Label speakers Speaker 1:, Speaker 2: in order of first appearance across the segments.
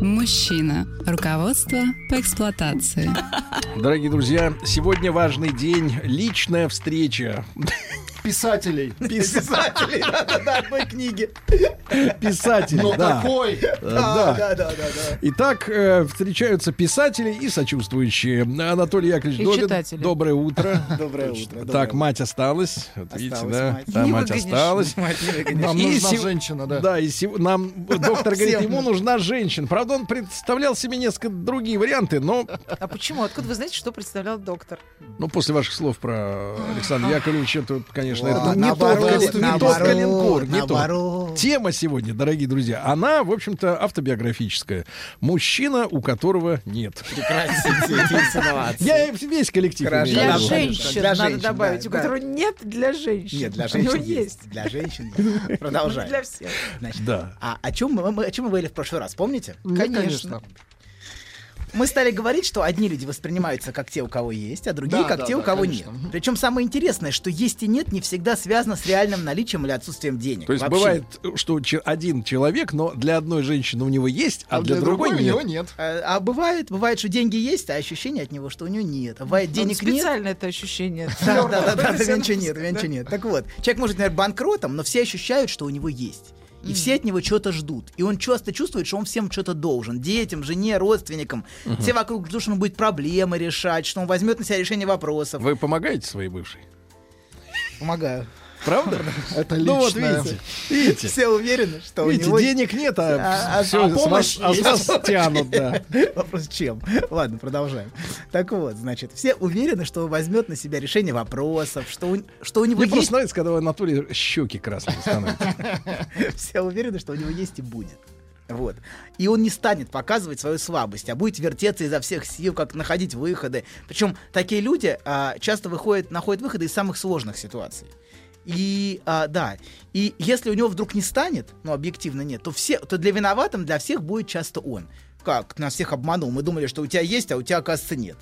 Speaker 1: Мужчина. Руководство по эксплуатации.
Speaker 2: Дорогие друзья, сегодня важный день. Личная встреча.
Speaker 3: писателей. Писателей, да, на одной книге.
Speaker 2: Писатель,
Speaker 3: Но
Speaker 2: да.
Speaker 3: такой.
Speaker 2: Да.
Speaker 3: Да, да, да, да, да.
Speaker 2: Итак, э, встречаются писатели и сочувствующие. Анатолий Яковлевич
Speaker 4: И
Speaker 2: Добин,
Speaker 4: читатели.
Speaker 2: доброе утро.
Speaker 3: Доброе утро.
Speaker 2: Так, мать осталась. Вот видите,
Speaker 3: Осталась
Speaker 2: да?
Speaker 3: мать.
Speaker 2: Да,
Speaker 4: Не
Speaker 2: мать
Speaker 4: выгонишь.
Speaker 2: осталась.
Speaker 3: Нам
Speaker 2: И
Speaker 3: нужна
Speaker 2: сев-
Speaker 3: женщина, да.
Speaker 2: Да, и сев- нам доктор говорит,
Speaker 3: Всем.
Speaker 2: ему нужна женщина. Правда, он представлял себе несколько другие варианты, но
Speaker 4: А почему? Откуда вы знаете, что представлял доктор?
Speaker 2: ну, после ваших слов про Александра Яковлевича, тут, конечно,
Speaker 3: Ладно,
Speaker 2: это не тот
Speaker 3: наоборот,
Speaker 2: кали- не тот
Speaker 3: наоборот,
Speaker 2: каленкор, не тот.
Speaker 3: наоборот.
Speaker 2: Тема сегодня, дорогие друзья, она, в общем-то, автобиографическая. Мужчина, у которого нет. Я весь коллектив. имею в виду.
Speaker 4: Для
Speaker 5: да,
Speaker 4: женщин,
Speaker 5: конечно, для
Speaker 4: надо
Speaker 5: женщин,
Speaker 4: добавить,
Speaker 5: да,
Speaker 4: у
Speaker 5: да.
Speaker 4: которого нет для женщин.
Speaker 5: Нет, для
Speaker 4: У
Speaker 5: женщин
Speaker 4: него есть.
Speaker 5: есть. Для женщин да.
Speaker 4: но не
Speaker 5: Продолжаем.
Speaker 4: Для всех.
Speaker 5: Значит,
Speaker 2: Да.
Speaker 5: А о чем мы, мы- о чем мы говорили в прошлый раз, помните?
Speaker 3: Ну,
Speaker 4: Конечно.
Speaker 5: Мы стали говорить, что одни люди воспринимаются как те, у кого есть, а другие
Speaker 3: Да,
Speaker 5: как
Speaker 3: да,
Speaker 5: те,
Speaker 3: да,
Speaker 5: у кого
Speaker 3: конечно.
Speaker 5: нет. Причем самое интересное, что есть и нет не всегда связано с реальным наличием или отсутствием денег.
Speaker 2: То есть
Speaker 5: Вообще.
Speaker 2: бывает, что че- один человек, но для одной женщины у него есть, а, для, другой,
Speaker 3: у него
Speaker 2: нет.
Speaker 3: нет.
Speaker 5: Э, А бывает, бывает, что деньги есть, а ощущение от него, что у него нет. А бывает,
Speaker 4: Он
Speaker 5: денег нет.
Speaker 4: Специально это ощущение.
Speaker 5: Да, да, да, да,
Speaker 4: Всё
Speaker 5: венчу нет,
Speaker 4: написано,
Speaker 5: венчу
Speaker 4: да.
Speaker 5: нет. Так вот, человек может, наверное, банкротом, но все ощущают, что у него есть. И все от него что-то ждут. И он часто чувствует, что он всем что-то должен. Детям, жене, родственникам. Все вокруг ждут, что он будет проблемы решать, что он возьмет на себя решение вопросов.
Speaker 2: Вы помогаете своей бывшей?
Speaker 5: Помогаю.
Speaker 2: Правда?
Speaker 3: Это
Speaker 2: Ну вот
Speaker 3: личное.
Speaker 2: видите, видите.
Speaker 5: Все уверены, что у
Speaker 2: Видите,
Speaker 5: него
Speaker 2: денег нет, а,
Speaker 5: А- а-
Speaker 2: всё
Speaker 5: а
Speaker 2: с вас,
Speaker 5: помощь
Speaker 2: а с
Speaker 5: есть.
Speaker 2: вас тянут, да.
Speaker 5: Вопрос чем? Ладно, продолжаем. Так вот, значит, все уверены, что он возьмет на себя решение вопросов, что у, что у него
Speaker 2: Мне
Speaker 5: есть.
Speaker 2: просто нравится, когда у Анатолия щеки красные становятся.
Speaker 5: Все уверены, что у него есть и будет. Вот. И он не станет показывать свою слабость, а будет вертеться изо всех сил, как находить выходы. Причем такие люди а, часто выходят, находят выходы из самых сложных ситуаций. И а, да, и если у него вдруг не станет, ну объективно нет, то все, то для виноватым для всех будет часто он. Как нас всех обманул? Мы думали, что у тебя есть, а у тебя оказывается нет.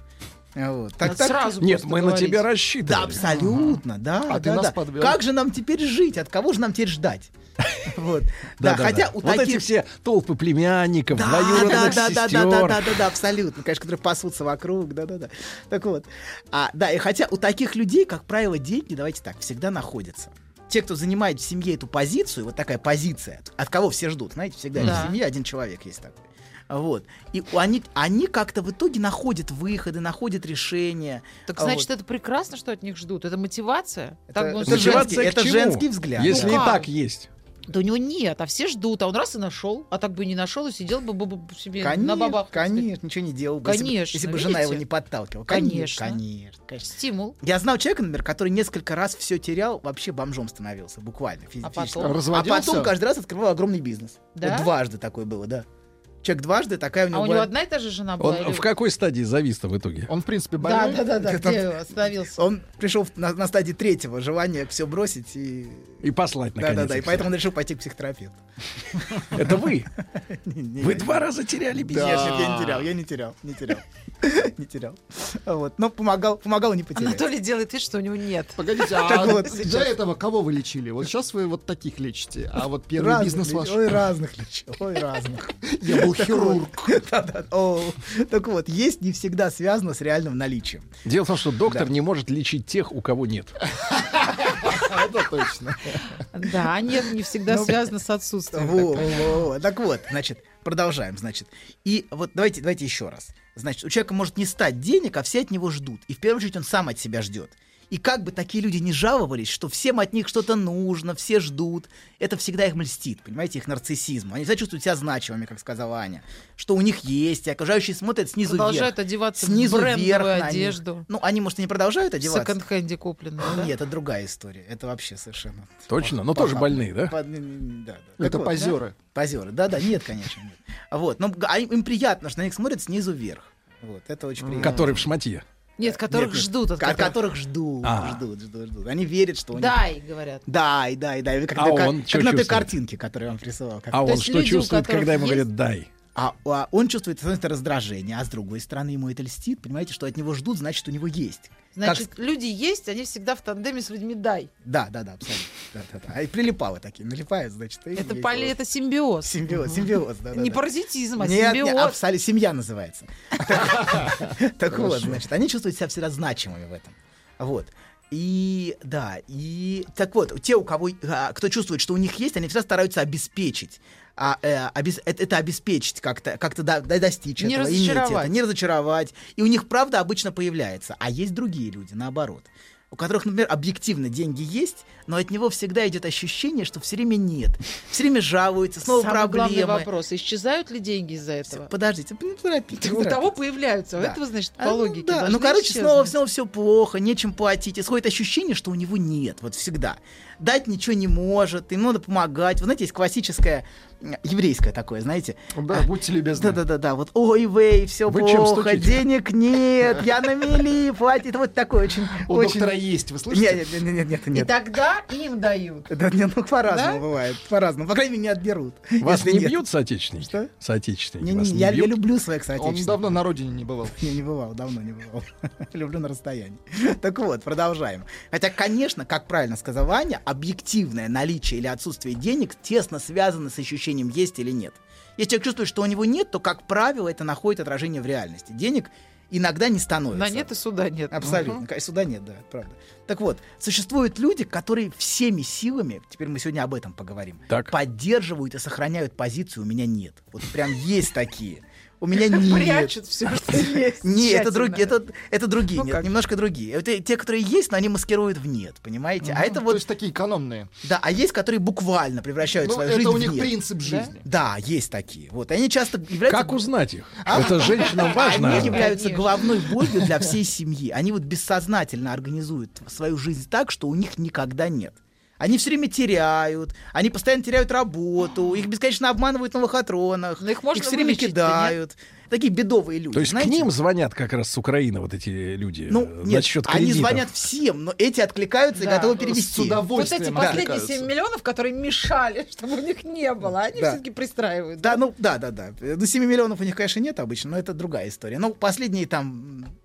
Speaker 5: Вот. Так,
Speaker 4: Надо
Speaker 5: так,
Speaker 4: сразу
Speaker 2: Нет,
Speaker 4: просто
Speaker 2: мы на
Speaker 4: говорить.
Speaker 2: тебя
Speaker 5: да,
Speaker 2: рассчитывали.
Speaker 5: абсолютно, да.
Speaker 3: А
Speaker 5: да,
Speaker 3: ты нас
Speaker 5: да.
Speaker 3: подвёл.
Speaker 5: Как же нам теперь жить? От кого же нам теперь ждать? Вот. Да, хотя у
Speaker 2: вот эти
Speaker 5: таких...
Speaker 2: все толпы племянников,
Speaker 5: Да, да,
Speaker 2: двоюродных
Speaker 5: да, да, да,
Speaker 2: сестер.
Speaker 5: да, да, да, да, абсолютно. Конечно, которые пасутся вокруг, да, да, да. Так вот. А, да, и хотя у таких людей, как правило, деньги, давайте так, всегда находятся. Те, кто занимает в семье эту позицию, вот такая позиция, от- от кого все ждут, знаете, всегда
Speaker 4: Да.
Speaker 5: в семье один человек есть такой. Вот. И у- они, они как-то в итоге находят выходы, находят решения.
Speaker 4: Так
Speaker 5: А
Speaker 4: значит,
Speaker 5: вот.
Speaker 4: это прекрасно, что от них ждут. Это мотивация. Так
Speaker 5: Это-
Speaker 4: бы он
Speaker 5: это
Speaker 4: сказал.
Speaker 2: Мотивация
Speaker 5: женский-
Speaker 2: к
Speaker 5: это
Speaker 2: чему?
Speaker 5: женский взгляд.
Speaker 2: Если
Speaker 4: Ну
Speaker 2: и
Speaker 4: как?
Speaker 2: так есть.
Speaker 4: Да у него нет, а все ждут. А он раз и нашел. А так бы и не нашел, и сидел бы бу- бу- себе на бабах. так сказать.
Speaker 5: Конечно, ничего не делал. бы, если бы-
Speaker 4: Конечно,
Speaker 5: Если бы, жена
Speaker 4: видите?
Speaker 5: его не подталкивала.
Speaker 4: Конечно.
Speaker 5: Конечно, конечно.
Speaker 4: Стимул.
Speaker 5: Я знал человека, например, который несколько раз все терял, вообще бомжом становился, буквально, фи-
Speaker 4: А
Speaker 5: физически.
Speaker 4: потом?
Speaker 5: А
Speaker 3: Разводился?
Speaker 5: потом каждый раз открывал огромный бизнес.
Speaker 4: Да?
Speaker 5: Вот дважды такое было, да. Человек дважды, такая у
Speaker 4: А
Speaker 5: него
Speaker 4: у него
Speaker 5: была-
Speaker 4: одна и та же жена была? или-
Speaker 2: Он в какой стадии завис-то в итоге?
Speaker 3: Он, в принципе,
Speaker 4: Да,
Speaker 3: больной.
Speaker 4: да, да, да.
Speaker 5: Где там-
Speaker 4: Где остановился?
Speaker 5: Он пришел в- на, на стадии третьего желания все бросить и...
Speaker 2: И послать, наконец.
Speaker 5: Да-да-да, и поэтому он решил пойти к психотерапевту.
Speaker 2: Это вы.
Speaker 5: Не-не.
Speaker 2: Вы два раза теряли
Speaker 5: Нет,
Speaker 2: бизнес.
Speaker 5: нет, я не терял, я не терял, не терял. Не терял. Вот, но помогал, помогал не потерять.
Speaker 4: Анатолий делает вид, что у него нет.
Speaker 3: Погодите,
Speaker 5: Так
Speaker 3: а
Speaker 5: вот,
Speaker 3: до
Speaker 5: сейчас.
Speaker 3: этого кого вы лечили? Вот сейчас вы вот таких лечите, а вот первый
Speaker 5: Разных
Speaker 3: бизнес
Speaker 5: лич-
Speaker 3: ваш...
Speaker 5: Ой, разных лечил, ой, разных.
Speaker 3: Я был хирург.
Speaker 5: Да-да. О, Так вот, есть не всегда связано с реальным наличием.
Speaker 2: Дело в том, что доктор не может лечить тех, у кого нет.
Speaker 3: Это точно.
Speaker 4: Да, нет, не всегда
Speaker 5: Ну,
Speaker 4: связано с отсутствием.
Speaker 5: Во, во, во. Так вот, значит, продолжаем, значит. И вот давайте, давайте еще раз. Значит, у человека может не стать денег, а все от него ждут. И в первую очередь он сам от себя ждет. И как бы такие люди не жаловались, что всем от них что-то нужно, все ждут, это всегда их мльстит, понимаете, их нарциссизм. Они всегда чувствуют себя значимыми, как сказала Аня, что у них есть, и окружающие смотрят снизу
Speaker 4: Продолжают
Speaker 5: вверх.
Speaker 4: одеваться в
Speaker 5: Снизу вверх на
Speaker 4: брендовую
Speaker 5: них.
Speaker 4: одежду.
Speaker 5: Ну, они, может, и не продолжают
Speaker 4: В
Speaker 5: одеваться.
Speaker 4: секонд-хенде купленную. да?
Speaker 5: Нет, это другая история. Это вообще совершенно.
Speaker 2: Точно? Но
Speaker 5: Похабно.
Speaker 2: тоже больные, да?
Speaker 5: Под- не- не- да, да.
Speaker 3: Это
Speaker 5: Так вот,
Speaker 3: позеры.
Speaker 5: да? Позеры, да, да, нет, конечно, нет. Вот, но г- а им, им приятно, что на них смотрят снизу вверх. Вот, это очень приятно.
Speaker 2: Которые в шматье.
Speaker 4: Нет, которых
Speaker 5: э, Нет, нет.
Speaker 4: ждут. От
Speaker 5: От
Speaker 4: которых.
Speaker 5: которых ждут,
Speaker 2: А.
Speaker 5: ждут, ждут, ждут. Они верят, что они...
Speaker 4: Дай, говорят.
Speaker 5: Дай, дай, дай. Как,
Speaker 2: А
Speaker 5: на- как-
Speaker 2: он
Speaker 5: как
Speaker 2: чё
Speaker 5: на той
Speaker 2: чувствует?
Speaker 5: картинке, которую я вам присылал. Как-
Speaker 2: А
Speaker 4: То
Speaker 2: он
Speaker 4: есть
Speaker 2: что
Speaker 4: люди, у
Speaker 2: чувствует,
Speaker 4: которых
Speaker 2: когда ему
Speaker 4: есть-
Speaker 2: говорят «дай»?
Speaker 5: А, а он чувствует, с одной стороны, раздражение, а с другой стороны, ему это льстит. Понимаете, что от него ждут, значит, у него есть.
Speaker 4: Значит, люди есть, они всегда в тандеме с людьми дай.
Speaker 5: Да, да, да, абсолютно. Да, да, да. А и прилипалы такие, налипают, значит. и
Speaker 4: Это
Speaker 5: есть
Speaker 4: поли,
Speaker 5: вот.
Speaker 4: это симбиоз.
Speaker 5: Симбиоз, симбиоз, да, да,
Speaker 4: Не
Speaker 5: да.
Speaker 4: паразитизм, а
Speaker 5: Нет, нет,
Speaker 4: симбиоз.
Speaker 5: абсолю- семья называется. Так вот, значит, они чувствуют себя всегда значимыми в этом. Вот. И да, и так вот, те, у кого, а, кто чувствует, что у них есть, они всегда стараются обеспечить. а, э, обес- э, это, обеспечить как-то, как-то до- до- достичь
Speaker 4: Не
Speaker 5: этого, иметь это,
Speaker 4: разочаровать.
Speaker 5: не разочаровать. И у них правда обычно появляется. А есть другие люди, наоборот, у которых, например, объективно деньги есть, но от него всегда идет ощущение, что все время нет. Все время жалуются, снова
Speaker 4: Самый главный
Speaker 5: проблемы.
Speaker 4: вопрос. Исчезают ли деньги из-за этого?
Speaker 5: Подождите, не торопитесь.
Speaker 4: У
Speaker 5: не
Speaker 4: того
Speaker 5: торопитесь.
Speaker 4: появляются, а у
Speaker 5: Да.
Speaker 4: этого, значит,
Speaker 5: А,
Speaker 4: по логике.
Speaker 5: Ну, да.
Speaker 4: должны
Speaker 5: ну короче,
Speaker 4: исчезнуть.
Speaker 5: снова, снова все плохо, нечем платить. Исходит ощущение, что у него нет, вот всегда. Дать ничего не может, ему надо помогать. Вы знаете, есть классическое м, еврейское такое, знаете.
Speaker 3: Да, будьте любезны.
Speaker 5: Да-да-да-да, вот ой, вей, все
Speaker 3: Вы чем
Speaker 5: плохо,
Speaker 3: стучите?
Speaker 5: денег нет, я на мели, платит. Вот такой очень...
Speaker 3: У
Speaker 5: очень...
Speaker 3: доктора есть, вы слышите?
Speaker 5: Нет, нет, нет, нет, нет,
Speaker 4: И
Speaker 5: нет.
Speaker 4: тогда им дают.
Speaker 5: Да, не, ну по-разному
Speaker 4: Да?
Speaker 5: бывает, по-разному. По крайней мере, не отберут.
Speaker 2: Вас
Speaker 5: если
Speaker 2: не
Speaker 5: нет.
Speaker 2: бьют соотечественники?
Speaker 5: Что?
Speaker 2: Соотечественники
Speaker 5: Не-не-не,
Speaker 2: вас
Speaker 5: я,
Speaker 2: не
Speaker 5: я
Speaker 2: бьют?
Speaker 5: люблю своих
Speaker 3: Он
Speaker 5: соотечественников.
Speaker 3: давно на родине не бывал.
Speaker 5: Я не бывал, давно не бывал. Люблю на расстоянии. Так вот, продолжаем. Хотя, конечно, как правильно сказала Ваня, объективное наличие или отсутствие денег тесно связано с ощущением есть или нет. Если человек чувствует, что у него нет, то, как правило, это находит отражение в реальности. Денег иногда не становится.
Speaker 4: На нет э, и суда нет.
Speaker 5: Абсолютно. Конечно, Суда нет, да, это правда. Так вот, существуют люди, которые всеми силами, теперь мы сегодня об этом поговорим,
Speaker 2: Так.
Speaker 5: поддерживают и сохраняют позицию «у меня нет». Вот прям есть такие. У меня нет.
Speaker 4: Ну, Прячут все, что есть.
Speaker 5: Не, это, друг,
Speaker 4: тщательно.
Speaker 5: это, это другие,
Speaker 4: Ну
Speaker 5: нет,
Speaker 4: как?
Speaker 5: немножко другие. Это те, которые есть, но они маскируют в нет, понимаете? А это
Speaker 3: То
Speaker 5: вот,
Speaker 3: есть такие экономные.
Speaker 5: да, а есть, которые буквально превращают
Speaker 3: Ну,
Speaker 5: свою
Speaker 3: это
Speaker 5: жизнь
Speaker 3: у
Speaker 5: в
Speaker 3: них
Speaker 5: нет.
Speaker 3: принцип жизни.
Speaker 5: Да, есть такие. Вот, они часто являются...
Speaker 2: Как узнать их? Это женщинам важно.
Speaker 5: а, Они являются
Speaker 4: Конечно.
Speaker 5: головной болью для всей семьи. Они вот бессознательно организуют свою жизнь так, что у них никогда нет. Они все время теряют, они постоянно теряют работу, их бесконечно обманывают на лохотронах,
Speaker 4: Но их можно
Speaker 5: их все время
Speaker 4: вылечить-то, нет?
Speaker 5: кидают. Такие бедовые люди.
Speaker 2: То есть к
Speaker 5: знаете?
Speaker 2: ним звонят как раз с Украины вот эти люди
Speaker 5: Ну,
Speaker 2: э,
Speaker 5: нет,
Speaker 2: насчет
Speaker 5: они
Speaker 2: кредитов.
Speaker 5: звонят всем, но эти откликаются
Speaker 4: Да.
Speaker 5: и готовы
Speaker 3: С
Speaker 5: Ну, перевести.
Speaker 4: Вот эти
Speaker 3: удовольствием
Speaker 4: последние
Speaker 3: отвлекаются.
Speaker 4: 7 миллионов, которые мешали, чтобы у них не было, они
Speaker 5: Да.
Speaker 4: все-таки пристраивают.
Speaker 5: Да, ну, да, да, да. Ну, 7 миллионов у них, конечно, нет обычно, но это другая история. Но последние там м,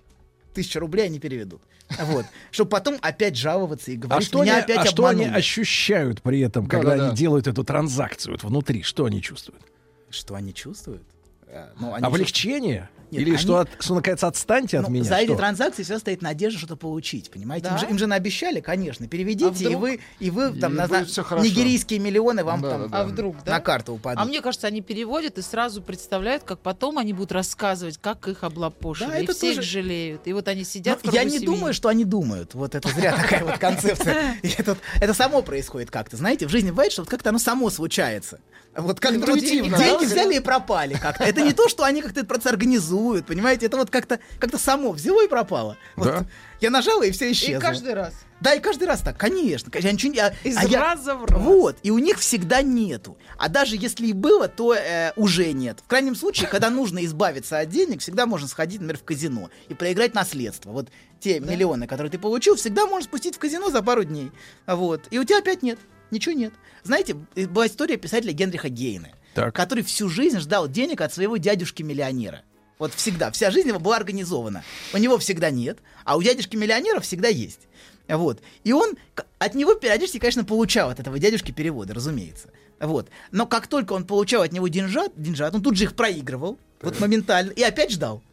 Speaker 5: тысяча рублей они переведут. Вот. Чтобы потом опять жаловаться и
Speaker 2: А
Speaker 5: говорить,
Speaker 2: что, они,
Speaker 5: меня опять
Speaker 2: а что они
Speaker 5: обманули».
Speaker 2: ощущают при этом,
Speaker 3: Да,
Speaker 2: когда
Speaker 3: да,
Speaker 2: они
Speaker 3: да.
Speaker 2: делают эту транзакцию вот внутри? Что они чувствуют?
Speaker 5: Что они чувствуют? А, Ну,
Speaker 2: Облегчение?
Speaker 5: Нет,
Speaker 2: Или что,
Speaker 5: они-
Speaker 2: от, что, наконец, отстаньте от
Speaker 5: Ну,
Speaker 2: меня?
Speaker 5: за эти
Speaker 2: Что?
Speaker 5: транзакции всегда стоит надежда что-то получить, понимаете?
Speaker 4: Да? А
Speaker 5: Им, же, им же наобещали, конечно, переведите, и
Speaker 4: вдруг?
Speaker 5: вы, и вы
Speaker 3: И
Speaker 5: там на-
Speaker 3: будет всё хорошо.
Speaker 5: нигерийские миллионы вам
Speaker 3: Да,
Speaker 5: там
Speaker 3: да, да.
Speaker 4: А вдруг, да?
Speaker 5: на карту упадут.
Speaker 4: А мне кажется, они переводят и сразу представляют, как потом они будут рассказывать, как их облапошили.
Speaker 5: Да,
Speaker 4: и
Speaker 5: это
Speaker 4: все их
Speaker 5: тоже-
Speaker 4: жалеют. И вот они
Speaker 5: Ну,
Speaker 4: сидят в
Speaker 5: я
Speaker 4: кругу
Speaker 5: не
Speaker 4: семьи.
Speaker 5: думаю, что они думают. Вот это зря такая вот концепция. И Это, это само происходит как-то. Знаете, в жизни бывает, что вот как-то оно само случается. Вот как-то
Speaker 4: Ну,
Speaker 5: вот
Speaker 3: Интуитивно,
Speaker 5: деньги
Speaker 3: да?
Speaker 5: взяли и пропали как-то. Это не то, что они как-то этот процесс организуют, понимаете? Это вот как-то как само взяло и пропало. Вот
Speaker 2: Да.
Speaker 5: Я нажала, и все
Speaker 4: И
Speaker 5: исчезло.
Speaker 4: каждый раз.
Speaker 5: Да, и каждый раз так, конечно. Я ничего не... а-
Speaker 4: Из
Speaker 5: а я-
Speaker 4: раза в раз.
Speaker 5: Вот, и у них всегда нету. А даже если и было, то э, уже нет. В крайнем случае, когда нужно избавиться от денег, всегда можно сходить, например, в казино и проиграть наследство. Вот те
Speaker 4: Да.
Speaker 5: миллионы, которые ты получил, всегда можно спустить в казино за пару дней. Вот. И у тебя опять нет. Ничего нет. Знаете, э, была история писателя Генриха Гейна,
Speaker 2: Так.
Speaker 5: который всю жизнь ждал денег от своего дядюшки-миллионера. Вот всегда. Вся жизнь его была организована. У него всегда нет, а у дядюшки-миллионера всегда есть. Вот. И он к- от него периодически, конечно, получал от этого дядюшки переводы, разумеется. Вот. Но как только он получал от него деньжат, деньжат он тут же их проигрывал, вот моментально, и опять ждал.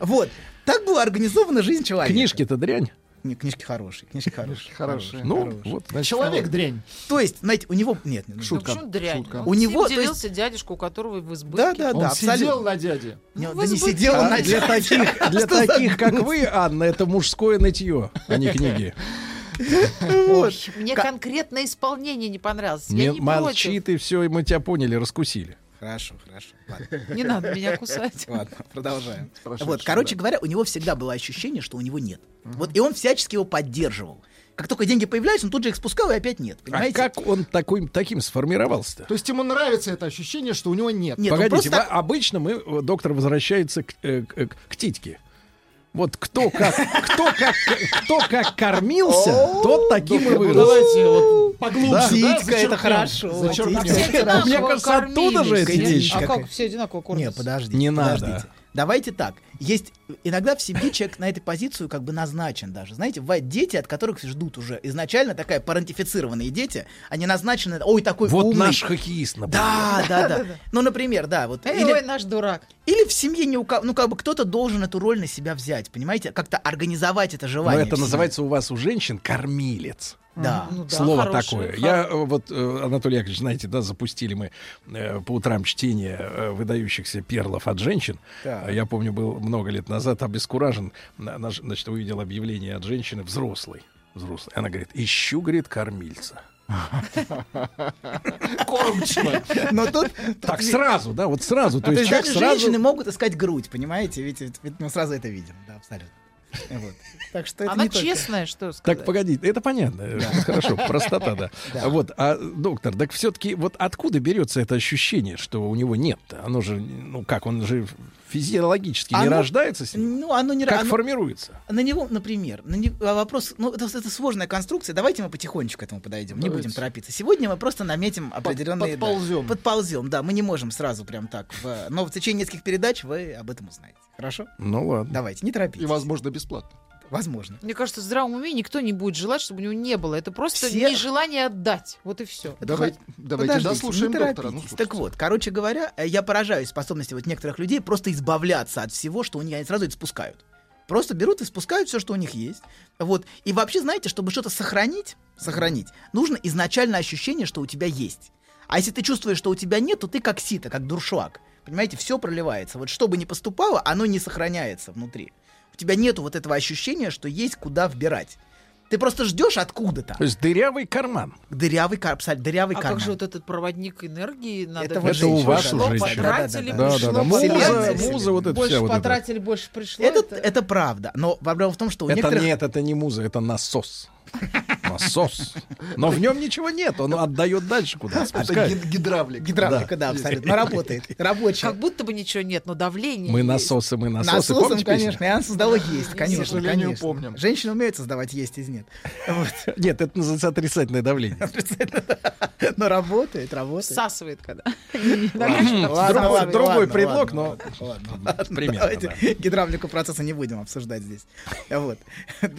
Speaker 5: Вот. Так была организована жизнь человека.
Speaker 2: Книжки-то дрянь.
Speaker 5: Не, книжки хорошие, книжки хорошие.
Speaker 3: хорошие.
Speaker 2: Ну,
Speaker 5: хорошие.
Speaker 2: вот, значит,
Speaker 3: Человек дрянь.
Speaker 5: То есть, знаете, у него... Нет, нет, нет.
Speaker 4: Ну,
Speaker 3: Шутка,
Speaker 4: почему дрянь?
Speaker 3: шутка.
Speaker 4: Он
Speaker 5: У
Speaker 4: с
Speaker 5: него,
Speaker 4: ним
Speaker 5: то есть-
Speaker 4: делился дядюшка, у которого в избытке.
Speaker 5: Да, да,
Speaker 3: Он
Speaker 5: да,
Speaker 3: сидел
Speaker 5: абсолютно.
Speaker 3: на дяде.
Speaker 5: Не,
Speaker 4: Ну,
Speaker 5: да не
Speaker 4: возбудил.
Speaker 5: сидел
Speaker 2: А
Speaker 5: он на
Speaker 2: для
Speaker 5: дядюшке.
Speaker 2: таких, для
Speaker 5: А Что за
Speaker 2: таких как вы, Анна, это мужское нытье, а не книги.
Speaker 5: Ну Вот.
Speaker 4: Ой, Мне
Speaker 5: Ка-
Speaker 4: конкретное исполнение не понравилось.
Speaker 2: Не
Speaker 4: я не
Speaker 2: молчи ты все, и мы тебя поняли, раскусили.
Speaker 5: Хорошо, хорошо. Ладно,
Speaker 4: против. Не надо меня кусать.
Speaker 5: ладно, продолжаем.
Speaker 3: Прошедший,
Speaker 5: Вот, короче
Speaker 3: да.
Speaker 5: говоря, у него всегда было ощущение, что у него нет. Вот, и он всячески его поддерживал. Как только деньги появлялись, он тут же их спускал, и опять нет.
Speaker 2: А
Speaker 5: Понимаете?
Speaker 2: как он такой, таким сформировался-то?
Speaker 3: То есть ему нравится это ощущение, что у него нет.
Speaker 5: Нет, он
Speaker 2: Погодите,
Speaker 5: просто
Speaker 2: ва- обычно мы, э, доктор возвращается к, э, к- э, к титьке. Вот кто как, кто как, кто как кормился, тот таким
Speaker 5: ну,
Speaker 2: и вырос.
Speaker 3: Давайте вот поглубже.
Speaker 5: Птичка,
Speaker 3: да,
Speaker 5: это
Speaker 3: зачеркнем.
Speaker 5: хорошо.
Speaker 3: Зачеркнем.
Speaker 5: Птичка.
Speaker 4: одинаково
Speaker 2: Мне кажется, оттуда же
Speaker 4: кормились.
Speaker 2: эти
Speaker 5: Конечно.
Speaker 2: вещи.
Speaker 4: А как
Speaker 5: Какая-
Speaker 4: все одинаково
Speaker 5: Не,
Speaker 4: кормятся?
Speaker 5: подождите,
Speaker 2: Не надо.
Speaker 5: подождите. Давайте так. Есть иногда в семье человек на этой позицию как бы назначен даже. Знаете, бывают дети, от которых ждут уже изначально такая парантифицированные дети, они назначены. Ой, такой
Speaker 2: Вот
Speaker 5: умный.
Speaker 2: наш хоккеист, например.
Speaker 5: Да, да, да. Ну, например, да, вот.
Speaker 4: Эй,
Speaker 5: Или-
Speaker 4: ой, наш дурак.
Speaker 5: Или в семье не у кого, ну как бы кто-то должен эту роль на себя взять, понимаете, как-то организовать это
Speaker 2: Но
Speaker 5: желание. в
Speaker 2: это
Speaker 5: семье.
Speaker 2: называется у вас у женщин кормилец.
Speaker 5: Да.
Speaker 4: Ну да,
Speaker 2: Слово
Speaker 4: хороший,
Speaker 2: такое.
Speaker 4: хор-
Speaker 2: Я э, вот, э, Анатолий Яковлевич, знаете, да, запустили мы э, по утрам чтение э, выдающихся перлов от женщин.
Speaker 5: Так.
Speaker 2: А Я помню, был много лет назад обескуражен. На- наш- Значит, увидел объявление от женщины взрослой. Взрослой. Она говорит, ищу, говорит, кормильца.
Speaker 5: Но тут...
Speaker 2: Так сразу, да, вот сразу. То
Speaker 5: А То
Speaker 2: есть
Speaker 5: есть
Speaker 2: человек
Speaker 5: даже женщины
Speaker 2: сразу...
Speaker 5: могут искать грудь, понимаете, ведь, ведь- ведь мы сразу это видим, да, абсолютно. Вот. Так что это
Speaker 4: Она
Speaker 5: не только-
Speaker 4: честная, что сказать.
Speaker 2: Так, погоди, это понятно. э, Хорошо, простота, да.
Speaker 5: Да.
Speaker 2: Вот, а, доктор, так все-таки вот откуда берется это ощущение, что у него нет? Оно же, ну как, он же физиологически не
Speaker 5: Оно-
Speaker 2: рождается с ним?
Speaker 5: Ну, оно не...
Speaker 2: Как
Speaker 5: оно-
Speaker 2: формируется?
Speaker 5: На него, например, на не- а вопрос, ну это, это сложная конструкция, давайте мы потихонечку к этому подойдем, не
Speaker 3: Давайте.
Speaker 5: будем торопиться. Сегодня мы просто наметим определенные... да,
Speaker 3: подползем.
Speaker 5: подползем, да, мы не можем сразу прям так, в- но в течение нескольких передач вы об этом узнаете, хорошо?
Speaker 2: Ну ладно.
Speaker 5: Давайте, не торопитесь.
Speaker 3: И, возможно, бесплатно.
Speaker 5: Возможно.
Speaker 4: Мне кажется, в здравом уме никто не будет желать, чтобы у него не было. Это просто
Speaker 5: Все-
Speaker 4: нежелание отдать. Вот и все.
Speaker 5: Это
Speaker 3: Давай-
Speaker 5: хо-
Speaker 3: Давайте
Speaker 5: Подождите,
Speaker 3: дослушаем
Speaker 5: не
Speaker 3: доктора. Ну,
Speaker 5: торопитесь.
Speaker 3: слушайте.
Speaker 5: так вот, короче говоря, э, я поражаюсь способности вот некоторых людей просто избавляться от всего, что у них они сразу это спускают. Просто берут и спускают все, что у них есть. Вот. И вообще, знаете, чтобы что-то сохранить, сохранить, нужно изначально ощущение, что у тебя есть. А если ты чувствуешь, что у тебя нет, то ты как сито, как дуршлаг. Понимаете, все проливается. Вот что бы ни поступало, оно не сохраняется внутри. У тебя нету вот этого ощущения, что есть куда вбирать. Ты просто ждешь откуда-то.
Speaker 2: То есть дырявый карман.
Speaker 5: Дырявый, кар- абсолютно дырявый
Speaker 4: А
Speaker 5: карман.
Speaker 4: как же вот этот проводник энергии надо?
Speaker 5: Это
Speaker 4: было
Speaker 5: вот женщина,
Speaker 2: вас
Speaker 4: пришло,
Speaker 2: у женщин.
Speaker 4: потратили,
Speaker 5: Да-да-да.
Speaker 4: пришло,
Speaker 5: Да-да-да.
Speaker 2: Муза,
Speaker 4: потратили.
Speaker 5: Вселенная.
Speaker 2: муза, вот это
Speaker 4: больше
Speaker 2: вся вот эта.
Speaker 4: потратили, больше пришло.
Speaker 5: Это, это... правда. Но проблема в том, что у
Speaker 2: Это
Speaker 5: некоторых...
Speaker 2: нет, это не муза, это насос. Насос. Но в нем ничего нет, он отдает дальше куда-то.
Speaker 3: Это
Speaker 2: спускает.
Speaker 3: гид- гидравлик.
Speaker 5: Гидравлика, да, абсолютно. Но работает. Рабочая.
Speaker 4: Как будто бы ничего нет, но давление.
Speaker 2: Мы
Speaker 4: есть.
Speaker 2: насосы, мы насосы.
Speaker 5: Насосом,
Speaker 2: Помните песню?
Speaker 5: конечно. И она создала есть, конечно.
Speaker 3: сожалению,
Speaker 5: конечно.
Speaker 3: помним.
Speaker 5: Женщины умеют создавать есть из нет. Вот.
Speaker 2: Нет, это называется отрицательное давление.
Speaker 5: Но работает, работает.
Speaker 4: Всасывает когда.
Speaker 5: Ладно,
Speaker 2: Другой-
Speaker 5: ладно,
Speaker 2: другой
Speaker 5: ладно,
Speaker 2: предлог,
Speaker 5: ладно,
Speaker 2: но-
Speaker 5: ладно, ладно.
Speaker 2: Примерно,
Speaker 5: Давайте
Speaker 2: да.
Speaker 5: гидравлику процесса не будем обсуждать здесь. Вот.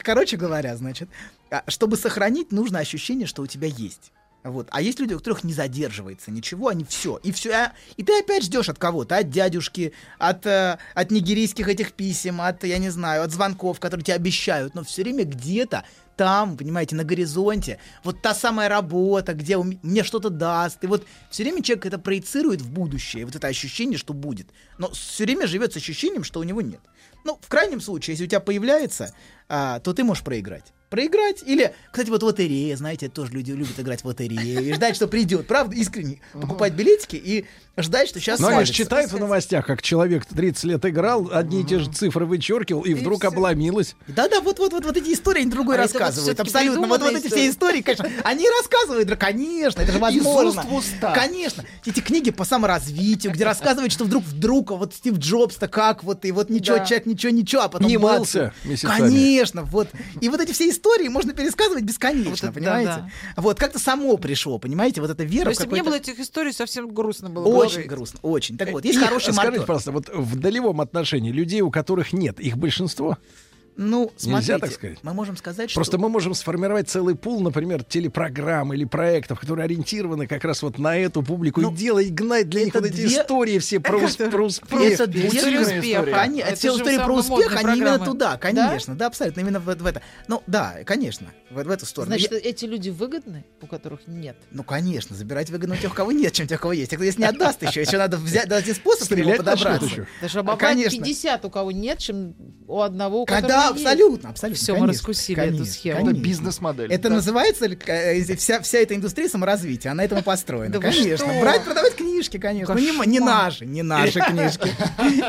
Speaker 5: Короче говоря, значит, а, чтобы сохранить, нужно ощущение, что у тебя есть. Вот. А есть люди, у которых не задерживается ничего, они все. И все. а- И ты опять ждешь от кого-то, от дядюшки, от, э, от нигерийских этих писем, от, я не знаю, от звонков, которые тебе обещают. Но все время где-то там, понимаете, на горизонте, вот та самая работа, где уме- мне что-то даст. И вот все время человек это проецирует в будущее, вот это ощущение, что будет. Но все время живет с ощущением, что у него нет. Ну, в крайнем случае, если у тебя появляется, а, то ты можешь проиграть. Проиграть или, кстати, вот лотерея, знаете, тоже люди любят играть в лотерею и ждать, что придет, правда, искренне покупать билетики и ждать, что сейчас
Speaker 2: Но они же читают Ну, в новостях, как человек 30 лет играл, одни и те же цифры вычеркивал, и вдруг обломилось.
Speaker 5: Да-да, вот, вот, вот, вот эти истории они другой
Speaker 4: А это вот
Speaker 5: рассказывают.
Speaker 4: всё-таки
Speaker 5: Абсолютно. Вот, вот
Speaker 4: придуманная
Speaker 5: эти все истории, конечно, они рассказывают, да, конечно, это же возможно.
Speaker 3: уст в уста.
Speaker 5: Конечно. Эти книги по саморазвитию, где рассказывают, что вдруг вдруг, а вот Стив Джобс-то как вот, и вот ничего,
Speaker 4: Да.
Speaker 5: человек ничего, ничего, а потом
Speaker 2: Не
Speaker 5: бац.
Speaker 2: мылся месяцами.
Speaker 5: Конечно, вот. И вот эти все истории можно пересказывать
Speaker 4: Вот
Speaker 5: бесконечно,
Speaker 4: это
Speaker 5: понимаете? Вот, как-то само пришло, понимаете, вот эта
Speaker 4: То
Speaker 5: вера в
Speaker 4: есть, если бы не
Speaker 5: какой-то-
Speaker 4: было этих историй, совсем грустно было. бы
Speaker 5: Очень
Speaker 4: жить.
Speaker 5: грустно, очень. Так вот,
Speaker 2: И
Speaker 5: есть хороший
Speaker 2: Э, Скажите,
Speaker 5: мотор.
Speaker 2: пожалуйста, вот в долевом отношении людей, у которых нет, их большинство.
Speaker 5: Ну,
Speaker 2: Нельзя
Speaker 5: смотрите,
Speaker 2: так сказать?
Speaker 5: мы можем сказать, что...
Speaker 2: Просто мы можем сформировать целый пул, например, телепрограмм или проектов, которые ориентированы как раз вот на эту публику
Speaker 5: Ну,
Speaker 2: и делать, гнать для них
Speaker 5: это
Speaker 2: вот эти
Speaker 5: две-
Speaker 2: истории все про, ус- про успех.
Speaker 5: Это две
Speaker 4: История
Speaker 5: разные
Speaker 4: успеха.
Speaker 5: Они,
Speaker 4: Это
Speaker 5: все
Speaker 4: же
Speaker 5: истории про
Speaker 4: самые
Speaker 5: успех,
Speaker 4: модные
Speaker 5: они именно
Speaker 4: программы.
Speaker 5: туда,
Speaker 4: Да?
Speaker 5: конечно, да, абсолютно, именно в, в это. Ну, да, конечно, в, в эту сторону.
Speaker 4: Значит, э
Speaker 5: Я-
Speaker 4: эти люди выгодны, у которых нет.
Speaker 5: ну, конечно, забирать выгодно у тех, у кого нет, чем тех, у кого есть. А кто если не отдаст еще, еще надо взять, дать способ к нему
Speaker 2: Стрелять начнут
Speaker 5: подобраться.
Speaker 2: еще.
Speaker 4: Даже
Speaker 5: А,
Speaker 4: обобрать
Speaker 5: конечно.
Speaker 4: 50 у кого нет, чем у одного, у которого
Speaker 5: Когда
Speaker 4: есть.
Speaker 5: абсолютно, абсолютно.
Speaker 4: Всё, мы
Speaker 5: конечно,
Speaker 4: раскусили эту схему.
Speaker 3: Это
Speaker 5: конечно.
Speaker 3: бизнес-модель.
Speaker 5: Это называется ли, э, э, вся, вся эта индустрия саморазвития, она этому построена.
Speaker 4: Да вы
Speaker 5: конечно.
Speaker 4: что?
Speaker 5: Брать, продавать книжки, конечно. Ну, не, м- не
Speaker 4: Кошмар.
Speaker 5: наши, не наши книжки.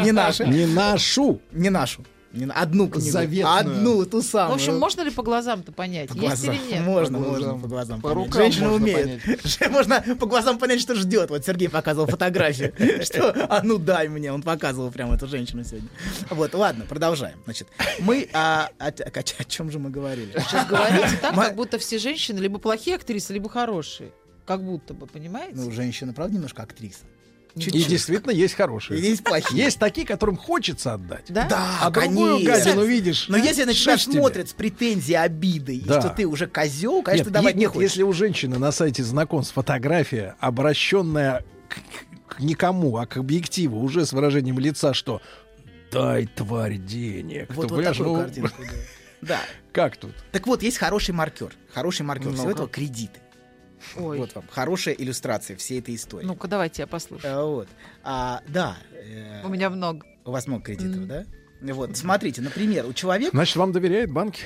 Speaker 5: Не наши.
Speaker 2: Не нашу.
Speaker 5: Не нашу. Не на- одну книгу.
Speaker 3: Заветную.
Speaker 5: Одну, ту
Speaker 4: В
Speaker 5: самую.
Speaker 4: общем, можно ли по глазам-то понять,
Speaker 5: По
Speaker 4: есть или
Speaker 5: глазам.
Speaker 4: нет?
Speaker 5: Можно,
Speaker 3: По
Speaker 5: можно,
Speaker 3: глазам.
Speaker 5: по глазам
Speaker 3: По
Speaker 5: понять.
Speaker 3: рукам
Speaker 5: Женщина
Speaker 3: можно
Speaker 5: умеет. Можно по глазам понять, что ждет. Вот Сергей показывал фотографию. Что, а ну дай мне. Он показывал прям эту женщину сегодня. Вот, ладно, продолжаем. Значит, мы... а, о, чем же мы говорили?
Speaker 4: Сейчас говорите так,
Speaker 5: Ма-
Speaker 4: как будто все женщины либо плохие актрисы, либо хорошие. Как будто бы, понимаете?
Speaker 5: Ну, женщина, правда, немножко актриса?
Speaker 2: И действительно есть хорошие.
Speaker 5: Есть плохие.
Speaker 2: Есть такие, которым хочется отдать.
Speaker 4: да?
Speaker 5: Да,
Speaker 2: А другую гадину
Speaker 5: конечно.
Speaker 2: видишь.
Speaker 5: Но если на тебя
Speaker 2: шиш тебе.
Speaker 5: смотрят с претензией, обидой,
Speaker 2: Да.
Speaker 5: и что ты уже козел, конечно,
Speaker 2: Нет,
Speaker 5: давать
Speaker 2: е-
Speaker 5: не
Speaker 2: нет,
Speaker 5: хочешь.
Speaker 2: если у женщины на сайте знакомств фотография, обращенная к, к- к никому, а к объективу, уже с выражением лица, что «дай, тварь, денег». Ты
Speaker 5: Вот, вот
Speaker 2: понимаешь,
Speaker 5: такую
Speaker 2: ну,
Speaker 5: картинку. да. Да.
Speaker 2: Как тут?
Speaker 5: Так вот, есть хороший маркер. Хороший маркер всего этого кредиты.
Speaker 4: Ой. Ну,
Speaker 5: Вот вам хорошая иллюстрация всей этой истории.
Speaker 4: Ну-ка, давайте я послушаю.
Speaker 5: А, вот. А, да, э,
Speaker 4: У меня много.
Speaker 5: у вас много кредитов,
Speaker 4: Мгм.
Speaker 5: да? Вот, смотрите, например, у человека
Speaker 2: Значит, вам доверяют банки?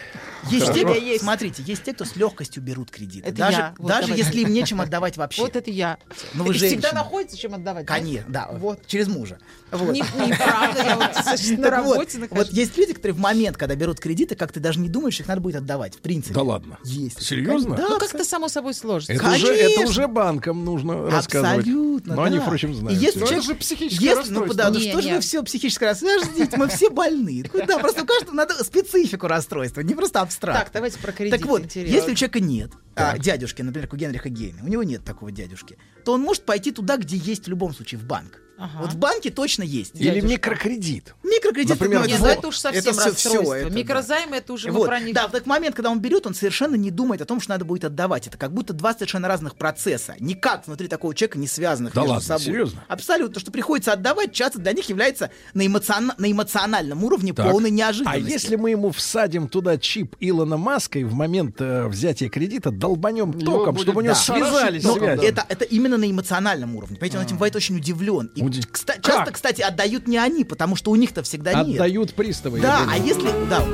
Speaker 5: есть те,
Speaker 4: Хорошо. есть.
Speaker 5: смотрите, есть те, кто с легкостью берут кредиты.
Speaker 4: Это
Speaker 5: даже
Speaker 4: я. Вот
Speaker 5: даже
Speaker 4: давайте.
Speaker 5: если им нечем отдавать вообще.
Speaker 4: Вот это я.
Speaker 5: Но вы
Speaker 4: И всегда
Speaker 5: женщина.
Speaker 4: находится, чем отдавать. да?
Speaker 5: Конечно, да,
Speaker 4: Вот.
Speaker 5: через мужа. Вот.
Speaker 4: Не- Неправда, я вот значит, на
Speaker 5: Так вот,
Speaker 4: работе нахожусь.
Speaker 5: вот есть люди, которые в момент, когда берут кредиты, как ты даже не думаешь, их надо будет отдавать. В принципе.
Speaker 2: Да ладно.
Speaker 5: Есть.
Speaker 2: Серьезно?
Speaker 5: Да,
Speaker 4: Ну, как-то само собой сложится.
Speaker 2: Это уже, это
Speaker 5: Конечно.
Speaker 2: уже банкам нужно рассказывать.
Speaker 5: Абсолютно.
Speaker 2: Но они,
Speaker 5: да.
Speaker 2: впрочем,
Speaker 5: И
Speaker 2: знают.
Speaker 5: Если
Speaker 2: Ну,
Speaker 5: человек-
Speaker 3: это же психическое
Speaker 5: если, ну,
Speaker 3: расстройство.
Speaker 5: да, ну
Speaker 4: Не,
Speaker 5: что же
Speaker 4: не.
Speaker 5: вы все психическое расстройство? Ждите, мы все больные. Ну, Да, просто у каждого надо специфику расстройства, не просто
Speaker 4: Так,
Speaker 5: абстракт.
Speaker 4: давайте про кредит.
Speaker 5: Так вот,
Speaker 4: интересно.
Speaker 5: если у человека нет а, дядюшки, например, как у Генриха Гейна, у него нет такого дядюшки, то он может пойти туда, где есть в любом случае, в банк.
Speaker 4: Ага.
Speaker 5: Вот в банке точно есть.
Speaker 2: Или
Speaker 4: дядюшка.
Speaker 2: микрокредит.
Speaker 5: Микрокредит,
Speaker 2: Например,
Speaker 5: ну,
Speaker 4: Нет, ну
Speaker 5: вот.
Speaker 4: это уж совсем
Speaker 5: Это всё- всё
Speaker 4: расстройство.
Speaker 5: это, да.
Speaker 4: Микрозаймы это уже мы
Speaker 5: Вот,
Speaker 4: про них.
Speaker 5: Да, в тот момент, когда он берет, он совершенно не думает о том, что надо будет отдавать. Это как будто два совершенно разных процесса, никак внутри такого человека не связанных
Speaker 2: Да
Speaker 5: между
Speaker 2: ладно,
Speaker 5: собой.
Speaker 2: серьезно?
Speaker 5: Абсолютно. То, что приходится отдавать, часто для них является на, эмоцион- на эмоциональном уровне
Speaker 2: Так.
Speaker 5: полной
Speaker 2: А
Speaker 5: неожиданностью.
Speaker 2: если мы ему всадим туда чип Илона Маска и в момент э, взятия кредита долбанем
Speaker 3: Его
Speaker 2: током,
Speaker 3: будет-
Speaker 2: чтобы у него
Speaker 5: Ну, да.
Speaker 2: связались
Speaker 5: Ну,
Speaker 2: связи?
Speaker 5: это, это именно на эмоциональном уровне. Понимаете,
Speaker 4: А.
Speaker 5: он этим бывает очень удивлен. И
Speaker 2: Уди-
Speaker 5: кста-
Speaker 2: Как?
Speaker 5: часто, кстати, отдают не они, потому что у них-то всегда нет.
Speaker 2: Отдают приставы. я
Speaker 5: Да,
Speaker 2: думаю.
Speaker 5: а если... Да,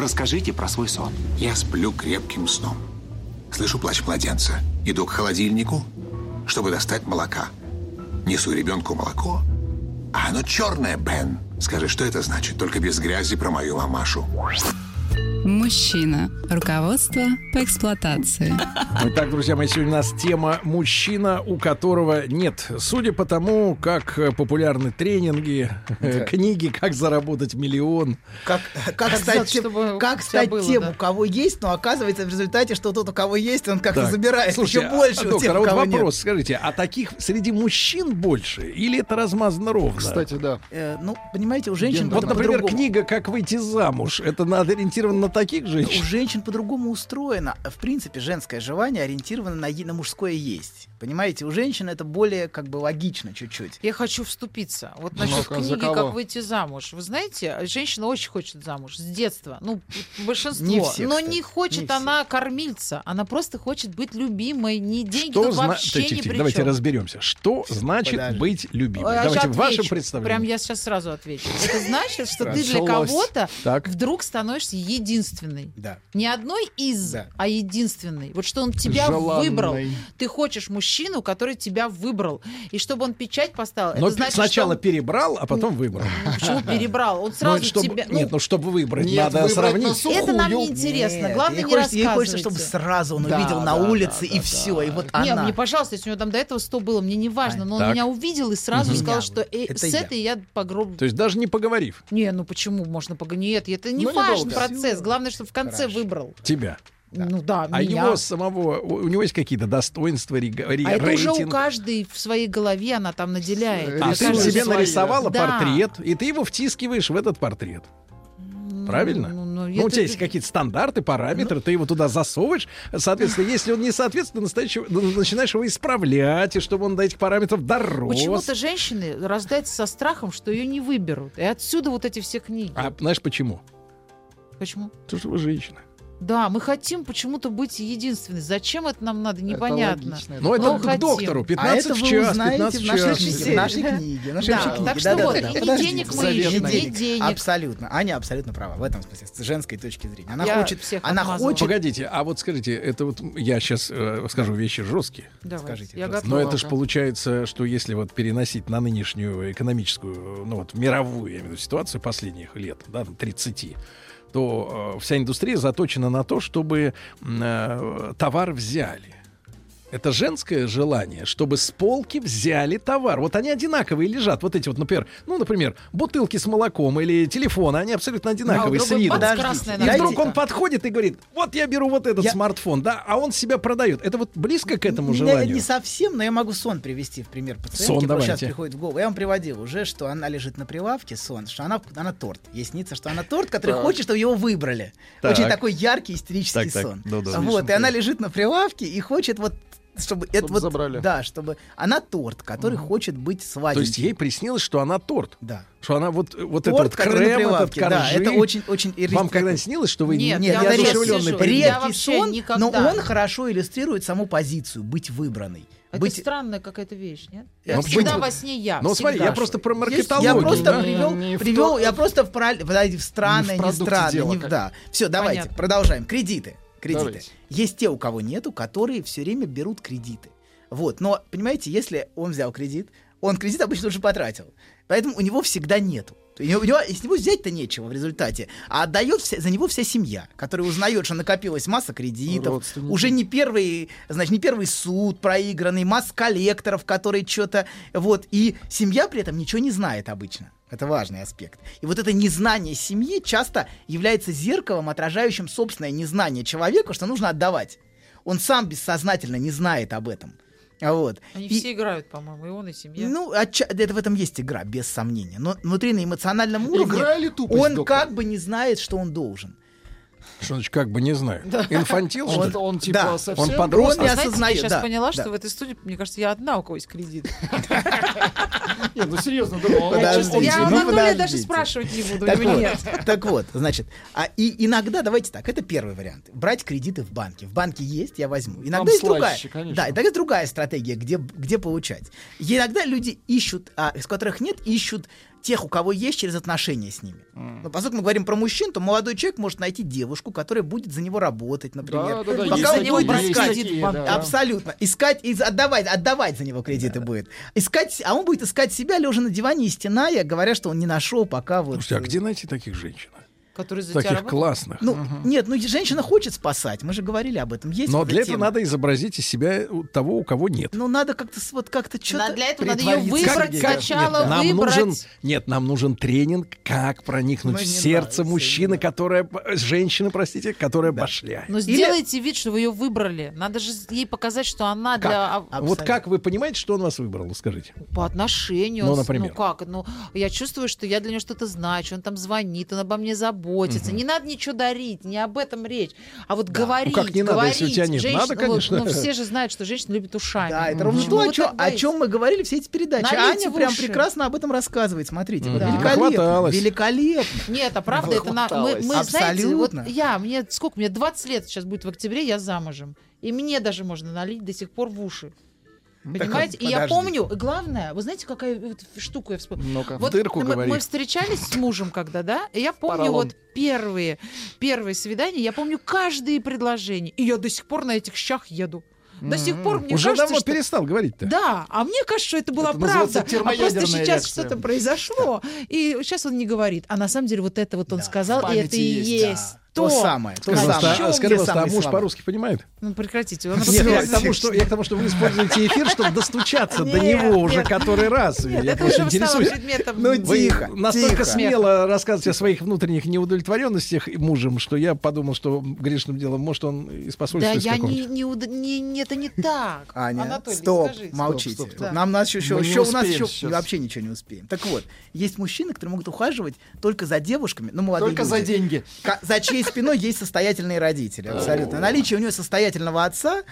Speaker 6: Расскажите про свой сон. Я сплю крепким сном. Слышу плач младенца. Иду к холодильнику, чтобы достать молока. Несу ребенку молоко. А оно черное, Бен. Скажи, что это значит? Только без грязи про мою мамашу.
Speaker 1: Мужчина. Руководство по эксплуатации.
Speaker 2: Итак, друзья мои, сегодня у нас тема «Мужчина, у которого нет». Судя по тому, как э, популярны тренинги, э, книги «Как заработать миллион».
Speaker 5: Как, как, стать,
Speaker 4: сделать, чтобы
Speaker 5: тем, как
Speaker 4: у тебя
Speaker 5: стать
Speaker 4: было,
Speaker 5: тем,
Speaker 4: да.
Speaker 5: у кого есть, но оказывается в результате, что тот, у кого есть, он как-то
Speaker 2: Так,
Speaker 5: забирает
Speaker 2: слушайте,
Speaker 5: еще
Speaker 2: а,
Speaker 5: больше у тех,
Speaker 2: доктор, а
Speaker 5: у
Speaker 2: вот
Speaker 5: кого нет.
Speaker 2: вопрос, скажите, а таких среди мужчин больше или это размазано ровно?
Speaker 3: Кстати, да.
Speaker 5: Э, ну, понимаете, у женщин
Speaker 2: вот,
Speaker 5: по-
Speaker 2: например,
Speaker 5: по-другому.
Speaker 2: книга «Как выйти замуж». Это надо ориентировано на таких
Speaker 5: У
Speaker 2: женщин?
Speaker 5: женщин по-другому устроено. В принципе, женское желание ориентировано на, е- на мужское есть. Понимаете, у женщин это более как бы логично чуть-чуть.
Speaker 4: Я хочу вступиться. Вот
Speaker 3: Ну-ка,
Speaker 4: насчет
Speaker 3: Ну, за
Speaker 4: книги
Speaker 3: кого?
Speaker 4: «Как выйти замуж». Вы знаете, женщина очень хочет замуж с детства. Ну, большинство.
Speaker 5: Не все,
Speaker 4: Но
Speaker 5: кстати,
Speaker 4: не хочет
Speaker 5: не все.
Speaker 4: она кормильца. Она просто хочет быть любимой. Не деньги
Speaker 2: Что
Speaker 4: тут
Speaker 2: зна-
Speaker 4: вообще
Speaker 2: Тих,
Speaker 4: ни
Speaker 2: тих,
Speaker 4: при
Speaker 2: давайте
Speaker 4: чем.
Speaker 2: разберемся. Что значит
Speaker 5: Подожди.
Speaker 2: быть любимым?
Speaker 4: А я
Speaker 2: давайте
Speaker 4: же
Speaker 2: ваше
Speaker 4: отвечу. Прям
Speaker 2: представление.
Speaker 4: я сейчас сразу отвечу. Это значит, что ты для
Speaker 3: Началось.
Speaker 4: кого-то
Speaker 2: Так.
Speaker 4: вдруг становишься единственной.
Speaker 5: Да.
Speaker 4: Не одной из,
Speaker 5: Да.
Speaker 4: а единственной. Вот что он тебя
Speaker 3: Желанный.
Speaker 4: выбрал. Ты хочешь мужчину, который тебя выбрал. И чтобы он печать поставил,
Speaker 2: Но
Speaker 4: это значит,
Speaker 2: сначала
Speaker 4: что
Speaker 2: перебрал, а потом выбрал.
Speaker 4: он- почему перебрал? Он
Speaker 2: Ну,
Speaker 4: сразу
Speaker 2: это чтобы-
Speaker 4: тебя... ну,
Speaker 2: Нет, ну чтобы выбрать,
Speaker 3: Нет,
Speaker 2: надо
Speaker 3: выбрать на
Speaker 2: сравнить.
Speaker 3: су-
Speaker 4: это нам
Speaker 3: сухую.
Speaker 4: не интересно.
Speaker 5: Нет,
Speaker 4: Главное,
Speaker 5: ей
Speaker 4: не
Speaker 5: хочется, ей хочется,
Speaker 4: рассказывайте.
Speaker 5: чтобы сразу он
Speaker 2: Да,
Speaker 5: увидел на
Speaker 2: да, да,
Speaker 5: улице,
Speaker 2: да,
Speaker 5: и все. И вот
Speaker 4: Не,
Speaker 5: она.
Speaker 4: мне, пожалуйста, если у него там до этого 100 было, мне не важно, но
Speaker 2: Так.
Speaker 4: он меня увидел и сразу
Speaker 5: Мгм.
Speaker 4: сказал,
Speaker 5: Я
Speaker 4: что э,
Speaker 5: Это
Speaker 4: с
Speaker 5: я.
Speaker 4: этой я погроб...
Speaker 2: То есть даже не поговорив
Speaker 4: Не, ну почему можно поговорить? Нет, это не
Speaker 3: Ну,
Speaker 4: важный
Speaker 3: недолго.
Speaker 4: процесс.
Speaker 5: Всё.
Speaker 4: Главное, чтобы в конце
Speaker 5: Хорошо.
Speaker 4: выбрал.
Speaker 2: тебя.
Speaker 4: Ну да,
Speaker 2: А
Speaker 4: меня.
Speaker 2: его самого, у у него есть какие-то достоинства, рега- ре-
Speaker 4: А это уже у
Speaker 2: рейтинг?
Speaker 4: каждой в своей голове она там наделяет.
Speaker 2: А
Speaker 4: Мне
Speaker 2: ты
Speaker 3: Рисует
Speaker 4: кажется,
Speaker 2: себе
Speaker 3: свои,
Speaker 2: нарисовала
Speaker 4: да.
Speaker 2: портрет, и ты его втискиваешь в этот портрет.
Speaker 4: ну,
Speaker 2: Правильно?
Speaker 4: ну,
Speaker 2: Ну,
Speaker 4: ну,
Speaker 2: у
Speaker 4: это-
Speaker 2: тебя есть какие-то стандарты,
Speaker 5: Ну.
Speaker 2: параметры, ты его туда засовываешь. Соответственно, если он не соответствует, настоящему- ну, начинаешь его исправлять, и чтобы он до этих параметров дорос.
Speaker 4: Почему-то женщины рождаются со страхом, что ее не выберут. И отсюда вот эти все книги.
Speaker 2: А знаешь почему?
Speaker 4: Почему?
Speaker 2: Потому что вы женщина.
Speaker 4: Да, мы хотим почему-то быть единственной. Зачем это нам надо,
Speaker 3: Это
Speaker 4: непонятно.
Speaker 3: логично,
Speaker 2: Но это
Speaker 4: Ну,
Speaker 2: к
Speaker 4: хотим.
Speaker 2: доктору.
Speaker 5: а
Speaker 2: 15
Speaker 5: это
Speaker 2: в
Speaker 5: вы
Speaker 2: час,
Speaker 5: узнаете
Speaker 2: 15
Speaker 5: в
Speaker 2: в
Speaker 5: нашей,
Speaker 2: час.
Speaker 5: книге, в нашей книге. в нашей
Speaker 4: Да,
Speaker 5: книге.
Speaker 4: так что
Speaker 5: Да-да-да.
Speaker 4: вот, и
Speaker 5: Подождите,
Speaker 4: денег мы
Speaker 3: Советная
Speaker 4: ищем, и
Speaker 5: книга.
Speaker 4: денег.
Speaker 5: Абсолютно. Аня абсолютно права в этом смысле, с женской точки зрения. Она
Speaker 4: Я
Speaker 5: хочет,
Speaker 4: всех
Speaker 5: она
Speaker 4: отмазала.
Speaker 5: хочет,
Speaker 2: Погодите, а вот скажите, это вот я сейчас скажу вещи жесткие.
Speaker 4: Давайте,
Speaker 5: Скажите,
Speaker 4: я
Speaker 5: пожалуйста.
Speaker 2: Но
Speaker 4: готова.
Speaker 2: это же получается, что если вот переносить на нынешнюю экономическую, ну вот мировую, я имею в виду, ситуацию последних лет, да, там, 30, то э, вся индустрия заточена на то, чтобы м, э, товар взяли. Это женское желание, чтобы с полки взяли товар. Вот они одинаковые лежат. Вот эти вот, например, ну, например, бутылки с молоком или телефоны, они
Speaker 5: Ну,
Speaker 2: абсолютно
Speaker 5: а
Speaker 2: одинаковые с
Speaker 4: другой
Speaker 2: видом.
Speaker 4: бац,
Speaker 5: Подождите.
Speaker 4: красная
Speaker 5: И
Speaker 2: И
Speaker 4: наклейка.
Speaker 2: вдруг он подходит и говорит, вот я беру вот этот
Speaker 5: Я-
Speaker 2: смартфон, да, а он себя продает. Это вот близко к этому
Speaker 5: Не-
Speaker 2: желанию?
Speaker 5: Не, совсем, но я могу сон привести в пример пациентки.
Speaker 2: Сон
Speaker 5: потому что
Speaker 2: давайте.
Speaker 5: сейчас приходит в голову. Я вам приводил уже, что она лежит на прилавке, сон, что она, она торт. Ей снится, что она торт, который хочет, чтобы его выбрали.
Speaker 2: Так.
Speaker 5: Очень такой яркий истерический
Speaker 2: Так, так.
Speaker 5: сон.
Speaker 2: Ну да.
Speaker 5: Вот, и она лежит на прилавке и хочет вот чтобы, это вот
Speaker 3: забрали.
Speaker 5: да, чтобы она торт, который хочет быть
Speaker 2: То
Speaker 5: свадебным.
Speaker 2: есть ей приснилось, что она торт.
Speaker 5: да.
Speaker 2: Что она вот, вот
Speaker 5: Торт,
Speaker 2: этот вот
Speaker 5: который на
Speaker 2: крем, этот
Speaker 5: прилавке, да,
Speaker 2: коржи.
Speaker 5: это очень, очень
Speaker 2: Вам
Speaker 5: ирритирует.
Speaker 2: когда-нибудь снилось, что вы
Speaker 4: Нет,
Speaker 2: не
Speaker 5: Нет,
Speaker 4: Я
Speaker 5: я,
Speaker 4: вообще
Speaker 2: неодушевленный
Speaker 4: сижу.
Speaker 2: предмет?
Speaker 5: редкий
Speaker 4: Я вообще
Speaker 5: сон, но
Speaker 4: никогда.
Speaker 5: он хорошо иллюстрирует саму позицию быть выбранной.
Speaker 4: Это
Speaker 5: быть
Speaker 4: странная какая-то вещь, нет?
Speaker 5: Ну,
Speaker 4: всегда
Speaker 2: почему?
Speaker 4: во сне я.
Speaker 2: Ну, смотри, я
Speaker 4: всегда.
Speaker 2: просто про
Speaker 5: Есть-
Speaker 2: маркетологию.
Speaker 5: Я просто
Speaker 2: да?
Speaker 5: привел,
Speaker 3: Не в
Speaker 5: привел
Speaker 3: то-
Speaker 5: я просто в параллель, подожди, в странное,
Speaker 3: Не в
Speaker 5: не,
Speaker 3: продукте
Speaker 5: странное,
Speaker 3: дело,
Speaker 5: не в-
Speaker 3: как-
Speaker 5: да. Все, давайте,
Speaker 4: Понятно.
Speaker 5: продолжаем. Кредиты, кредиты.
Speaker 3: Давайте.
Speaker 5: Есть те, у кого нету, которые все время берут кредиты. Вот, но понимаете, если он взял кредит, он кредит обычно уже потратил, поэтому у него всегда нету. У него, у него- и с него взять-то нечего в результате, а отдает вся- за него вся семья, которая узнает, что накопилась масса кредитов,
Speaker 3: Родственники.
Speaker 5: уже не первый, значит, не первый суд проигранный, масса коллекторов, которые что-то, вот, и семья при этом ничего не знает обычно. Это важный аспект. И вот это незнание семьи часто является зеркалом, отражающим собственное незнание человека, что нужно отдавать. Он сам бессознательно не знает об этом. А Вот.
Speaker 4: Они
Speaker 5: И-
Speaker 4: все играют, по-моему, и он, и семья.
Speaker 5: ну, отча- это в этом есть игра, без сомнения. Но внутри на эмоциональном уровне
Speaker 3: Игра или тупость,
Speaker 5: он
Speaker 3: доктор?
Speaker 5: как бы не знает, что он должен.
Speaker 2: Что значит, как бы не знаю. Инфантил, что
Speaker 3: Он,
Speaker 2: ли?
Speaker 3: он типа
Speaker 5: Да.
Speaker 3: совсем...
Speaker 2: Он подрос.
Speaker 5: Он
Speaker 2: Просто,
Speaker 5: не
Speaker 4: А знаете,
Speaker 5: осознает.
Speaker 4: я сейчас
Speaker 5: да,
Speaker 4: поняла,
Speaker 5: да.
Speaker 4: что в этой студии, мне кажется, я одна, у кого есть кредит.
Speaker 3: Нет, ну серьезно, да, он-
Speaker 5: Подождите,
Speaker 3: он-
Speaker 4: я
Speaker 5: ну
Speaker 4: у Анатолия даже
Speaker 5: подождите.
Speaker 4: спрашивать Ну, не буду.
Speaker 5: Так
Speaker 4: у него
Speaker 5: вот,
Speaker 4: нет.
Speaker 5: так вот, значит, а и иногда, давайте так, это первый вариант. Брать кредиты в банке. В банке есть, я возьму. Иногда
Speaker 3: Там
Speaker 5: есть другая.
Speaker 3: слаще, конечно.
Speaker 5: Да, иногда есть другая стратегия, где, где получать. И иногда люди ищут, а, из которых нет, ищут тех, у кого есть через отношения с ними. Но поскольку мы говорим про мужчин, то молодой человек может найти девушку, которая будет за него работать, например.
Speaker 3: Да, да, да,
Speaker 5: Пока
Speaker 3: есть
Speaker 5: он
Speaker 3: такие,
Speaker 5: будет
Speaker 3: есть
Speaker 5: искать.
Speaker 3: такие, да, да.
Speaker 5: Абсолютно. Искать и отдавать, отдавать за него кредиты будет. Искать, а он будет искать себя лежа на диване и стеная, говоря, что он не нашел, пока вот.
Speaker 2: Слушайте, а где найти таких женщин?
Speaker 4: Который за тебя
Speaker 2: Таких
Speaker 4: работает.
Speaker 2: классных.
Speaker 5: Ну, нет, ну и женщина хочет спасать. Мы же говорили об этом. Есть
Speaker 2: Но
Speaker 5: вот эта
Speaker 2: для этого
Speaker 5: тема.
Speaker 2: надо изобразить из себя у того, у кого нет.
Speaker 5: Ну, надо как-то с- вот как-то
Speaker 4: На-
Speaker 5: что-то.
Speaker 4: Для этого Ну, надо ее
Speaker 3: притвориться.
Speaker 4: выбрать
Speaker 3: Как- как-
Speaker 4: сначала,
Speaker 2: нам нужен,
Speaker 4: выбрать.
Speaker 2: нет, нам нужен тренинг, как проникнуть
Speaker 5: Ну,
Speaker 2: в
Speaker 5: не
Speaker 2: сердце
Speaker 5: нравится, не
Speaker 2: мужчины, которая, п- женщины, простите, которая башля.
Speaker 4: Но
Speaker 5: Или-
Speaker 4: Ну, сделайте вид, что вы ее выбрали. Надо же ей показать, что она для... а,
Speaker 5: Абсолютно.
Speaker 2: Вот как вы понимаете, что он вас выбрал, скажите?
Speaker 4: По отношению.
Speaker 2: Ну,
Speaker 4: с-
Speaker 2: например.
Speaker 4: Ну как? Ну, я чувствую, что я для него что-то значу. Он там звонит, он обо мне заботится. Не надо ничего дарить, не об этом речь. А вот говорить,
Speaker 2: Ну, как не надо,
Speaker 4: говорить.
Speaker 2: если у тебя нет?
Speaker 4: Женщина-
Speaker 2: Надо,
Speaker 4: ну,
Speaker 2: конечно.
Speaker 4: Ну, все же знают, что женщина любит ушами.
Speaker 5: Да, это ровно
Speaker 4: Почему
Speaker 5: то,
Speaker 4: вы
Speaker 5: о чем,
Speaker 4: так
Speaker 5: о
Speaker 4: боитесь?
Speaker 5: чем мы говорили все эти передачи.
Speaker 4: Налейте
Speaker 5: Аня
Speaker 4: в
Speaker 5: прям
Speaker 4: уши.
Speaker 5: прекрасно об этом рассказывает. Смотрите, вот
Speaker 4: Да.
Speaker 5: великолепно.
Speaker 2: Нахваталась.
Speaker 5: Великолепно.
Speaker 4: Нет, а правда, это на... мы, мы, знаете, вот
Speaker 5: Абсолютно.
Speaker 4: я, мне сколько, мне 20 лет сейчас будет в октябре, я замужем. И мне даже можно налить до сих пор в уши. Понимаете? И я
Speaker 5: подождите.
Speaker 4: помню, главное, вы знаете, какая вот штука я вспомнила?
Speaker 3: Ну-ка.
Speaker 4: Вот
Speaker 2: дырку
Speaker 4: мы,
Speaker 2: говори.
Speaker 4: мы встречались с мужем когда, да? И я помню
Speaker 3: Поролон.
Speaker 4: вот первые, первые свидания, я помню каждые предложения. И я до сих пор на этих щах еду. До сих пор мне
Speaker 2: Уже
Speaker 4: кажется,
Speaker 2: давно
Speaker 4: что...
Speaker 2: перестал говорить-то.
Speaker 4: Да, а мне кажется, что это была
Speaker 3: Это называется
Speaker 4: правда. А просто
Speaker 3: термоядерная
Speaker 4: сейчас
Speaker 3: реакция.
Speaker 4: что-то произошло, и сейчас он не говорит. А на самом деле вот это вот он сказал, и это
Speaker 3: памяти
Speaker 4: и
Speaker 3: есть,
Speaker 4: есть,
Speaker 5: Да, То самое. То
Speaker 2: Скажи, пожалуйста,
Speaker 5: самое.
Speaker 2: а- скажи,
Speaker 5: Те
Speaker 2: пожалуйста, а
Speaker 5: самые
Speaker 2: муж
Speaker 5: слова.
Speaker 2: по-русски понимает?
Speaker 4: Ну прекратите, он
Speaker 2: Нет, я к,
Speaker 4: просто-
Speaker 2: тому, что, я к тому, что вы используете эфир, чтобы достучаться до
Speaker 4: Нет,
Speaker 2: него уже
Speaker 4: нет.
Speaker 2: который раз.
Speaker 4: Нет,
Speaker 2: я
Speaker 4: это
Speaker 2: просто
Speaker 4: уже стало
Speaker 2: интересуюсь.
Speaker 4: предметом.
Speaker 5: Ну,
Speaker 2: Вы
Speaker 5: Тихо,
Speaker 2: настолько
Speaker 5: тихо.
Speaker 2: смело рассказываете о своих внутренних неудовлетворенностях и мужем, что я подумал, что грешным делом, может, он из посольства
Speaker 4: Да,
Speaker 2: из
Speaker 4: я
Speaker 2: какого-нибудь.
Speaker 4: не, не, уда- не, не- это не так.
Speaker 5: Аня,
Speaker 4: Анатолий,
Speaker 5: стоп,
Speaker 4: скажите.
Speaker 5: молчите.
Speaker 3: Стоп, стоп,
Speaker 4: стоп.
Speaker 5: Нам нас еще,
Speaker 3: Мы не
Speaker 5: еще- у нас
Speaker 3: успеем
Speaker 5: еще
Speaker 3: сейчас.
Speaker 5: вообще ничего не успеем. Так вот, есть мужчины, которые могут ухаживать только за девушками, ну молодые
Speaker 3: Только
Speaker 5: люди.
Speaker 3: за деньги.
Speaker 5: Ка- за чей спиной есть состоятельные родители, абсолютно. Наличие у него состоятельного отца,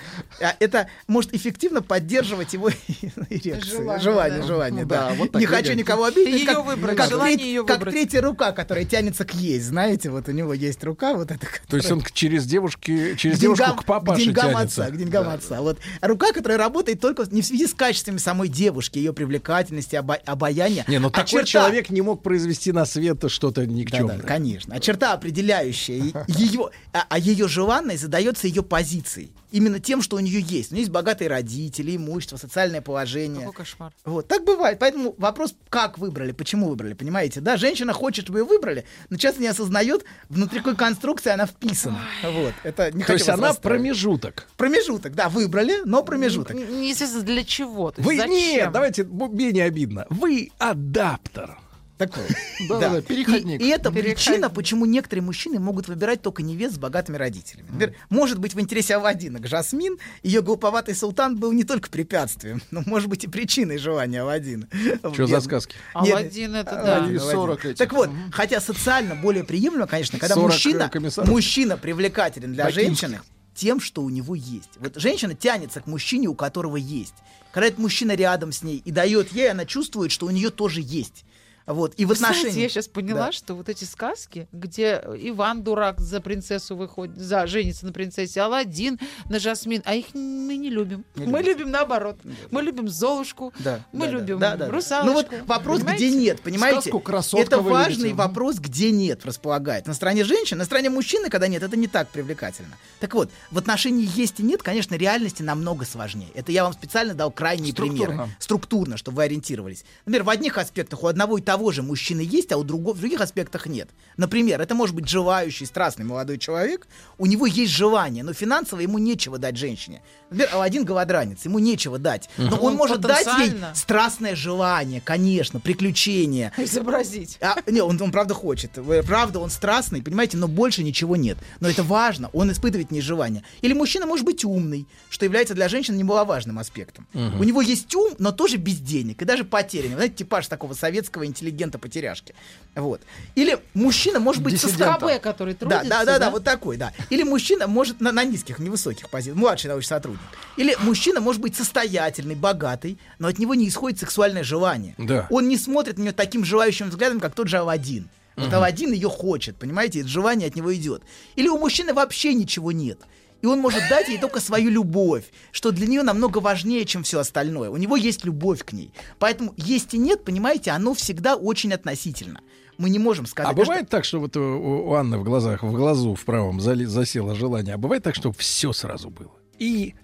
Speaker 5: а, это может эффективно поддерживать его эрекцию.
Speaker 4: Желание,
Speaker 5: Желание,
Speaker 4: да.
Speaker 5: желание,
Speaker 3: Ну
Speaker 5: да.
Speaker 3: да, вот
Speaker 5: Не
Speaker 3: такие
Speaker 5: хочу
Speaker 3: люди.
Speaker 5: никого обидеть.
Speaker 4: Её
Speaker 5: как-
Speaker 4: выбрать,
Speaker 5: как
Speaker 4: желание
Speaker 5: треть-
Speaker 4: её
Speaker 5: Как
Speaker 4: выбрать.
Speaker 5: третья рука, которая тянется к есть, знаете, вот у него есть рука, вот эта,
Speaker 2: То есть он к- через девушки, через
Speaker 5: к
Speaker 2: девушку к папаше
Speaker 5: к деньгам
Speaker 2: тянется.
Speaker 5: отца, к деньгам отца. Вот А рука, которая работает только не в связи с качествами самой девушки, ее привлекательности, оба- обаяния.
Speaker 2: Не, ну
Speaker 5: а
Speaker 2: такой
Speaker 5: черта-
Speaker 2: человек не мог произвести на свет что-то
Speaker 5: Да,
Speaker 2: никчемное.
Speaker 5: да, конечно. А черта определяющая е- ее, а, а ее желанность задается ее позицией, именно тем, что у нее есть. У нее есть богатые родители, имущество, социальное положение.
Speaker 4: Какой кошмар.
Speaker 5: Вот, так бывает. Поэтому вопрос, как выбрали, почему выбрали, понимаете? Да, женщина хочет, чтобы ее выбрали, но часто не осознает, внутри какой конструкции она вписана. Вот, это не
Speaker 2: То
Speaker 5: хочу
Speaker 2: есть
Speaker 5: вас
Speaker 2: она
Speaker 5: расстраивать.
Speaker 2: промежуток.
Speaker 5: Промежуток, да, выбрали, но промежуток.
Speaker 4: Н- Неизвестно ну, для чего. то есть
Speaker 2: Вы
Speaker 4: зачем?
Speaker 2: нет, давайте бу- менее обидно. Вы адаптер.
Speaker 5: Такой.
Speaker 3: Да, да, да, переходник.
Speaker 5: И, и это
Speaker 4: Переходник.
Speaker 5: причина, почему некоторые мужчины могут выбирать только невест с богатыми родителями. Например, может быть, в интересе Авадинок Жасмин ее глуповатый султан был не только препятствием, но, может быть, и причиной желания Авадина.
Speaker 2: Что за сказки?
Speaker 4: Аладдин это
Speaker 5: э,
Speaker 4: да.
Speaker 3: Аладдин. 40 этих.
Speaker 5: Так вот, хотя социально более приемлемо, конечно, когда
Speaker 2: 40
Speaker 5: мужчина,
Speaker 2: комиссаров.
Speaker 5: мужчина привлекателен для
Speaker 2: Бакинских.
Speaker 5: женщины тем, что у него есть. Вот женщина тянется к мужчине, у которого есть. Когда этот мужчина рядом с ней и дает ей, она чувствует, что у нее тоже есть. Вот. И в
Speaker 4: Знаете,
Speaker 5: отношении...
Speaker 4: я сейчас поняла,
Speaker 5: Да.
Speaker 4: что вот эти сказки, где Иван дурак за принцессу выходит, за женится на принцессе, Алладин на Жасмин, а их мы не любим. мы любим наоборот. Мы любим Золушку.
Speaker 5: Да,
Speaker 4: Мы
Speaker 5: да, да,
Speaker 4: любим
Speaker 5: да, да, да.
Speaker 4: русалочку.
Speaker 5: Ну вот вопрос,
Speaker 4: понимаете?
Speaker 5: где нет, понимаете?
Speaker 3: Сказку «Красотка»
Speaker 5: это
Speaker 3: вы
Speaker 5: важный
Speaker 3: любите.
Speaker 5: вопрос, где нет располагает. На стороне женщин, на стороне мужчины, когда нет, это не так привлекательно. Так вот, в отношении есть и нет, конечно, реальности намного сложнее. Это я вам специально дал крайние примеры.
Speaker 3: Структурно.
Speaker 5: Структурно, чтобы вы ориентировались. Например, в одних аспектах у одного и того же мужчины есть, а у другого в других аспектах нет. Например, это может быть желающий, страстный молодой человек, у него есть желание, но финансово ему нечего дать женщине. Например, Алладин голодранец, ему нечего дать. Но он,
Speaker 4: Он
Speaker 5: может дать ей
Speaker 4: потенциально.
Speaker 5: страстное желание, конечно, приключения.
Speaker 4: Изобразить.
Speaker 5: А, не, он, он правда хочет. Вы- Правда, он страстный, понимаете, но больше ничего нет. Но это важно, он испытывает нежелание. Или мужчина может быть умный, что является для женщин немаловажным аспектом. У него есть ум, но тоже без денег и даже потерянный. Вы Знаете, типаж такого советского интеллигента-потеряшки. Вот. Или мужчина может быть со
Speaker 4: КБ, который
Speaker 5: да,
Speaker 4: трудится.
Speaker 5: да, да, да, вот такой, да. Или мужчина может на, на низких, невысоких позициях, младший научный сотрудник. Или мужчина может быть состоятельный, богатый, но от него не исходит сексуальное желание.
Speaker 2: Да.
Speaker 5: Он не смотрит на нее таким желающим взглядом, как тот же Алладин. Вот Алладин ее хочет, понимаете, это желание от него идет. Или у мужчины вообще ничего нет. И он может дать ей только свою любовь, что для нее намного важнее, чем все остальное. У него есть любовь к ней. Поэтому есть и нет, понимаете, оно всегда очень относительно. Мы не можем сказать.
Speaker 2: А
Speaker 5: ну, что-
Speaker 2: бывает так, что вот у, у Анны в глазах, в глазу в правом зали- засело желание, а бывает так, что все сразу было. И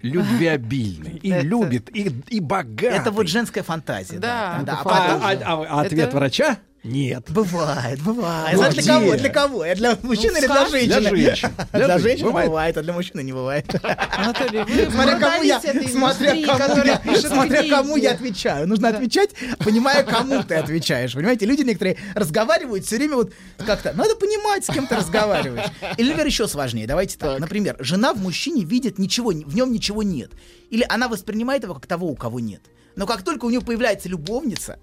Speaker 2: любвеобильный, и
Speaker 4: Это-
Speaker 2: любит, и, и богатый.
Speaker 5: Это вот женская фантазия. Да,
Speaker 4: Да,
Speaker 5: да, А
Speaker 2: А, а-
Speaker 5: потом...
Speaker 2: а- а ответ
Speaker 4: Это-
Speaker 2: врача? Нет.
Speaker 5: Бывает, бывает.
Speaker 2: Ну,
Speaker 5: Знаешь, для
Speaker 2: где?
Speaker 5: кого? Для кого? Это
Speaker 4: Ну,
Speaker 5: для мужчин или для
Speaker 4: сказки.
Speaker 5: женщины?
Speaker 2: Для женщин.
Speaker 5: Для,
Speaker 2: Для
Speaker 5: женщин
Speaker 2: бывает.
Speaker 5: бывает. а для мужчины не бывает.
Speaker 4: Анатолий, вы
Speaker 5: Смотря кому я,
Speaker 4: продались этой
Speaker 5: смотря
Speaker 4: индустрии,
Speaker 5: кому
Speaker 4: которая
Speaker 5: я,
Speaker 4: пишет
Speaker 5: смотря
Speaker 4: книги.
Speaker 5: кому я отвечаю. Нужно отвечать, понимая, кому ты отвечаешь. Понимаете, люди некоторые разговаривают все время вот как-то. Надо понимать, с кем ты разговариваешь. Или, например, еще сложнее. Давайте так. Например, жена в мужчине видит ничего, в нем ничего нет. Или она воспринимает его как того, у кого нет. Но как только у него появляется любовница,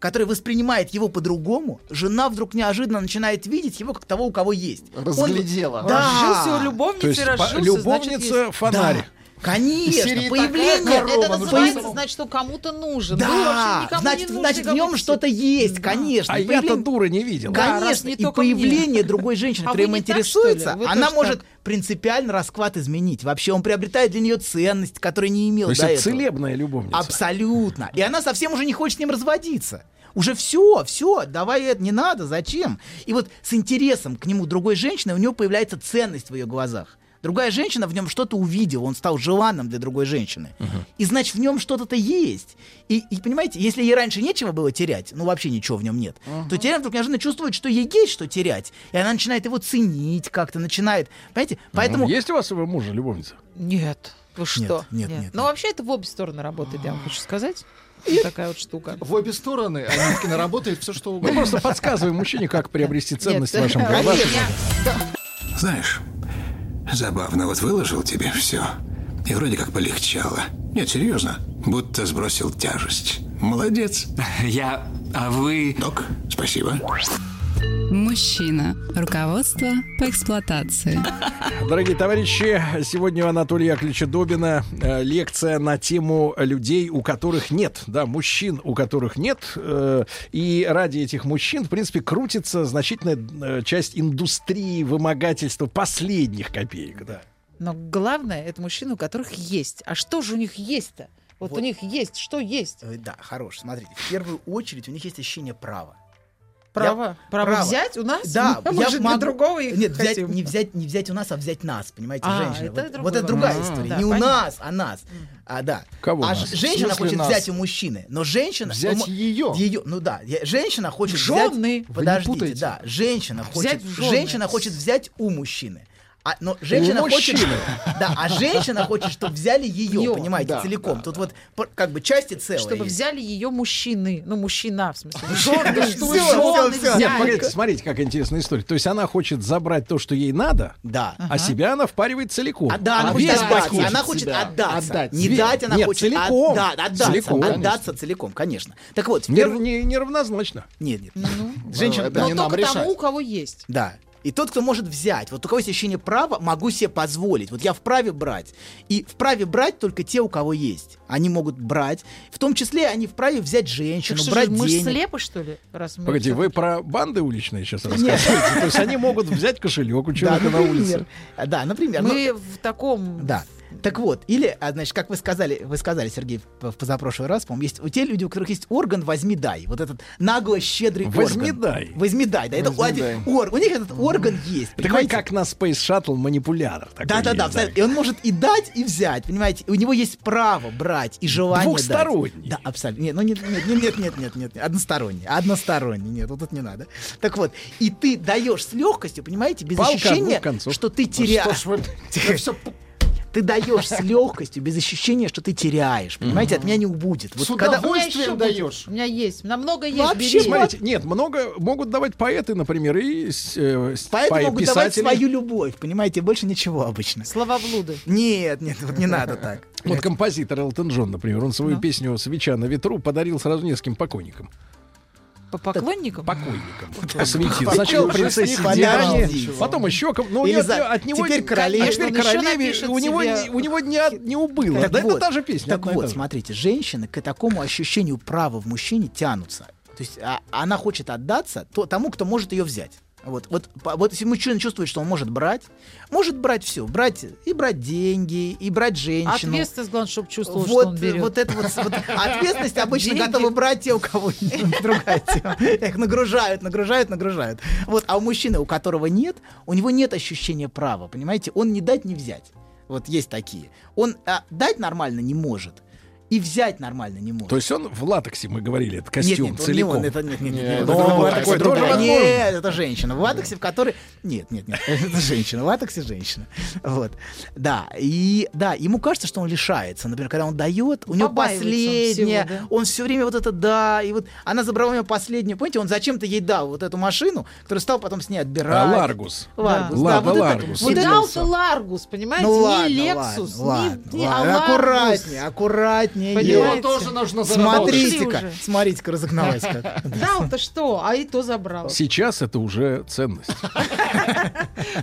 Speaker 5: который воспринимает его по-другому, жена вдруг неожиданно начинает видеть его как того, у кого есть. Он-
Speaker 3: Разглядела.
Speaker 5: Да.
Speaker 4: Разжился у
Speaker 2: То есть
Speaker 4: любовницы,
Speaker 2: по-
Speaker 4: разжился, значит, есть.
Speaker 2: любовница фонарь.
Speaker 5: Да, конечно,
Speaker 3: Серии
Speaker 5: появление.
Speaker 4: Нет, это
Speaker 3: корова, ну,
Speaker 4: называется,
Speaker 3: поэтому-
Speaker 4: значит, что кому-то нужен. Был вообще
Speaker 5: Да,
Speaker 4: никому
Speaker 5: значит,
Speaker 4: не нужен,
Speaker 5: значит в
Speaker 4: никому
Speaker 5: нем
Speaker 4: не-
Speaker 5: что-то есть, конечно.
Speaker 2: А
Speaker 5: И
Speaker 2: я-то
Speaker 5: появление-
Speaker 2: дура не видел.
Speaker 4: Да, раз
Speaker 5: Конечно,
Speaker 4: не
Speaker 5: и
Speaker 4: только мне.
Speaker 5: появление другой женщины,
Speaker 4: А вы
Speaker 5: которая им
Speaker 4: не так, что ли?
Speaker 5: интересуется,
Speaker 4: Вы
Speaker 5: она
Speaker 4: тоже
Speaker 5: может принципиально расклад изменить. Вообще он приобретает для нее ценность, которой не имел
Speaker 2: То есть
Speaker 5: до
Speaker 2: это
Speaker 5: этого.
Speaker 2: целебная любовница.
Speaker 5: Абсолютно. И она совсем уже не хочет с ним разводиться. Уже все, все, давай это не надо, зачем? И вот с интересом к нему другой женщины у него появляется ценность в ее глазах. Другая женщина в нем что-то увидела, он стал желанным для другой женщины. И значит, в нем что-то-то есть. И, и, понимаете, если ей раньше нечего было терять, ну вообще ничего в нем нет, то теперь она вдруг неожиданно чувствует, что ей есть что терять. И она начинает его ценить как-то, начинает. Понимаете? Поэтому.
Speaker 2: Ну, Есть у вас своего мужа любовница?
Speaker 4: Нет. Вы что?
Speaker 5: нет, нет,
Speaker 4: Но
Speaker 5: нет.
Speaker 4: вообще это в обе стороны работает, я вам хочу сказать. Такая вот штука.
Speaker 3: В обе стороны а Анискина работает все, что
Speaker 2: Мы
Speaker 3: угодно.
Speaker 2: просто подсказываем мужчине, как приобрести ценность в
Speaker 4: Нет.
Speaker 2: вашем
Speaker 4: Конечно.
Speaker 2: глазах.
Speaker 6: Знаешь, забавно, вот выложил тебе все. И вроде как полегчало. Нет, серьезно. Будто сбросил тяжесть. Молодец.
Speaker 7: Я... А вы...
Speaker 6: Док, спасибо.
Speaker 1: Мужчина. Руководство по эксплуатации.
Speaker 2: Дорогие товарищи, сегодня у Анатолия Яковлевича Добина э, лекция на тему людей, у которых нет, да, мужчин, у которых нет. э, и ради этих мужчин, в принципе, крутится значительная э, часть индустрии вымогательства последних копеек, да.
Speaker 4: Но главное, это мужчины, у которых есть. А что же у них есть-то? Вот,
Speaker 5: Вот.
Speaker 4: у них есть, что есть?
Speaker 5: Э, Да, хорош. Смотрите, в первую очередь у них есть ощущение права.
Speaker 4: Право. Право,
Speaker 5: право.
Speaker 4: взять у нас?
Speaker 5: Да,
Speaker 4: А
Speaker 5: я
Speaker 4: может, мы
Speaker 5: могу-
Speaker 4: другого их
Speaker 5: Нет, взять,
Speaker 4: хотим?
Speaker 5: не, взять, не взять у нас, а взять нас, понимаете,
Speaker 4: А,
Speaker 5: женщина.
Speaker 4: это
Speaker 5: вот,
Speaker 4: другой
Speaker 5: вот это
Speaker 4: вопрос.
Speaker 5: другая
Speaker 4: А,
Speaker 5: история.
Speaker 4: да,
Speaker 5: не у
Speaker 4: понятно.
Speaker 5: нас, а нас. А, да.
Speaker 2: Кого
Speaker 5: а
Speaker 2: нас?
Speaker 5: ж- женщина
Speaker 3: В смысле
Speaker 5: хочет
Speaker 3: нас?
Speaker 5: взять у мужчины, но женщина...
Speaker 3: Взять
Speaker 5: ну, м-
Speaker 3: ее.
Speaker 5: Ее, ну да, я- женщина хочет взять...
Speaker 4: Жены.
Speaker 3: не
Speaker 5: Подождите,
Speaker 3: путайте.
Speaker 5: да, женщина
Speaker 4: Взять
Speaker 5: хочет,
Speaker 4: в жены.
Speaker 5: женщина хочет взать у мужчины. А, но женщина хочет,
Speaker 2: мужчины.
Speaker 5: да, а женщина хочет, чтобы взяли ее,
Speaker 4: Её.
Speaker 5: понимаете,
Speaker 3: Да,
Speaker 5: целиком. Тут вот пр- как бы части целые.
Speaker 4: Чтобы
Speaker 5: есть.
Speaker 4: взяли ее мужчины. Ну, мужчина, в смысле.
Speaker 5: Мужчина.
Speaker 4: Жены, что вы,
Speaker 5: Всё, всё,
Speaker 4: жены
Speaker 5: всё.
Speaker 2: Нет,
Speaker 4: взяли?
Speaker 2: погодите, смотрите, как интересная история. То есть она хочет забрать то, что ей надо,
Speaker 5: Да.
Speaker 2: а себя она впаривает целиком.
Speaker 5: А, да, она
Speaker 2: А
Speaker 5: хочет
Speaker 2: весь
Speaker 5: отдаться.
Speaker 2: пакет.
Speaker 5: Она хочет
Speaker 3: себя.
Speaker 5: отдаться.
Speaker 3: Отдать
Speaker 5: Не
Speaker 2: себе.
Speaker 5: дать, она
Speaker 2: Нет,
Speaker 5: хочет
Speaker 2: целиком.
Speaker 5: отда- отдаться.
Speaker 2: Целиком,
Speaker 5: отдаться целиком, конечно. Так вот, в
Speaker 2: Нерв-
Speaker 5: первую...
Speaker 2: не- Неравнозначно.
Speaker 5: Нет, нет.
Speaker 4: Ну,
Speaker 3: Женщина,
Speaker 4: Но
Speaker 3: да, не нам
Speaker 4: только
Speaker 3: решать.
Speaker 4: тому, у кого есть.
Speaker 5: Да. И тот, кто может взять. Вот у кого есть ощущение права, могу себе позволить. Вот я вправе брать. И вправе брать только те, у кого есть. Они могут брать. В том числе они вправе взять
Speaker 4: Так
Speaker 5: женщину,
Speaker 4: что же,
Speaker 5: Ну, брать
Speaker 4: мы ж
Speaker 5: денег.
Speaker 4: слепы, что ли? Раз
Speaker 5: Ну,
Speaker 4: мы
Speaker 2: Погоди, вы
Speaker 4: всё-таки-
Speaker 2: про банды уличные сейчас рассказываете? То есть они могут взять кошелек у человека на улице.
Speaker 5: Да, например. Ну,
Speaker 4: Мы в таком...
Speaker 5: Да. Так вот, или, а, значит, как вы сказали, вы сказали, Сергей, в в позапрошлый раз, по-моему, есть у те люди, у которых есть орган «возьми, дай». Вот этот нагло щедрый
Speaker 2: Возьми,
Speaker 5: орган.
Speaker 2: дай.
Speaker 5: «Возьми, дай». Да, это у,
Speaker 3: Возьми,
Speaker 5: один-
Speaker 3: дай.
Speaker 5: ор- у них этот орган есть,
Speaker 2: Это такой,
Speaker 5: понимаете?
Speaker 2: как на Space Shuttle манипулятор. такой
Speaker 5: Да-да-да,
Speaker 2: есть,
Speaker 5: абсолютно. и он может и дать, и взять, понимаете? У него есть право брать и желание дать.
Speaker 2: Двухсторонний.
Speaker 5: Да, абсолютно. Нет, ну нет, нет, нет, нет, нет, нет, нет, односторонний, односторонний, нет, вот тут не надо. Так вот, и ты даешь с легкостью, понимаете, без
Speaker 2: Палка
Speaker 5: ощущения,
Speaker 2: двух концов. Ну,
Speaker 5: что ты
Speaker 3: Ну, Что
Speaker 5: теряешь.
Speaker 3: ж вы...
Speaker 5: Ты- Ты даешь с легкостью, без ощущения, что ты теряешь. Понимаете, от меня не убудет.
Speaker 3: С
Speaker 5: Вот когда
Speaker 4: У меня
Speaker 3: удовольствием
Speaker 4: ещё
Speaker 3: даешь.
Speaker 4: будет. У меня есть. Намного есть.
Speaker 5: Вообще,
Speaker 4: бери.
Speaker 2: Смотрите, нет, много могут давать поэты, например, и с- э, с-
Speaker 5: поэты
Speaker 2: поэ-
Speaker 5: могут давать
Speaker 2: писатели.
Speaker 5: свою любовь, понимаете, больше ничего обычно.
Speaker 4: Словоблуды.
Speaker 5: Нет, нет, вот не надо так.
Speaker 2: Вот композитор Элтон Джон, например, он свою песню «Свеча на ветру» подарил сразу нескольким покойникам.
Speaker 4: По поклонникам? А
Speaker 2: Покойникам.
Speaker 5: А
Speaker 2: Посвятил.
Speaker 3: Покойникам.
Speaker 2: Сначала
Speaker 3: Уже с
Speaker 2: принцессе
Speaker 3: них
Speaker 2: Диане,
Speaker 5: подожди.
Speaker 2: потом еще... кому- Ну, и
Speaker 5: Или
Speaker 2: от,
Speaker 5: за-
Speaker 2: от него...
Speaker 5: теперь королеве,
Speaker 2: А теперь
Speaker 4: он еще
Speaker 2: королеве
Speaker 4: напишет
Speaker 2: у него,
Speaker 4: себе-
Speaker 2: у него не, от- не убыло.
Speaker 5: Так
Speaker 2: да это
Speaker 5: вот,
Speaker 2: та же песня.
Speaker 5: Так
Speaker 2: одна и та
Speaker 5: вот,
Speaker 2: же.
Speaker 5: смотрите, женщины к такому ощущению права в мужчине тянутся. То есть а, она хочет отдаться то, тому, кто может ее взять. Вот, вот, по- вот если мужчина чувствует, что он может брать, может брать все, брать и брать деньги, и брать женщину.
Speaker 4: Ответственность, главное, чтобы чувствовал, что он
Speaker 5: Вот,
Speaker 4: берет.
Speaker 5: вот это вот, вот ответственность обычно
Speaker 4: Деньги.
Speaker 5: готовы брать те, у кого нет. другая тема. Их нагружают, нагружают, нагружают. Вот, а у мужчины, у которого нет, у него нет ощущения права, понимаете? Он не дать, не взять. Вот есть такие. Он а, дать нормально не может и взять нормально не может.
Speaker 2: То есть он в латексе, мы говорили, это
Speaker 5: нет,
Speaker 2: костюм
Speaker 5: нет, он не
Speaker 2: целиком.
Speaker 5: он, это нет, нет, нет,
Speaker 3: Нет,
Speaker 5: нет,
Speaker 3: это
Speaker 4: ну,
Speaker 5: это
Speaker 2: в
Speaker 5: другая,
Speaker 2: латексе
Speaker 5: это
Speaker 2: тоже
Speaker 5: другая.
Speaker 2: возможно.
Speaker 5: Нет, это женщина. В латексе, в которой... Нет, нет, нет, это женщина. В латексе женщина. Вот. Да, и да, ему кажется, что он лишается. Например, когда он дает, у него
Speaker 4: Побаивается он
Speaker 5: последнее,
Speaker 4: всего, да?
Speaker 5: он все время вот это да, и вот она забрала у него последнее. Помните, он зачем-то ей дал вот эту машину, которую стал потом с ней
Speaker 2: А,
Speaker 5: отбирать.
Speaker 2: Ларгус.
Speaker 5: Ларгус,
Speaker 2: Да.
Speaker 5: да,
Speaker 2: Лада
Speaker 5: вот это-
Speaker 2: Ларгус.
Speaker 5: вот
Speaker 4: И
Speaker 5: это-
Speaker 4: дал-то Ларгус, понимаете?
Speaker 5: Ну
Speaker 4: не
Speaker 5: ладно,
Speaker 4: Лексус,
Speaker 5: ладно,
Speaker 4: не, не
Speaker 5: ладно.
Speaker 4: Аларгус.
Speaker 5: Аккуратнее, аккуратнее.
Speaker 4: Понимаете?
Speaker 3: Его
Speaker 5: Е,
Speaker 3: тоже нужно заработать.
Speaker 4: Смотри.
Speaker 5: Смотрите-ка,
Speaker 4: уже.
Speaker 5: смотрите-ка, разогналась как.
Speaker 4: Дал-то что, а и то забрал.
Speaker 2: Сейчас это уже ценность.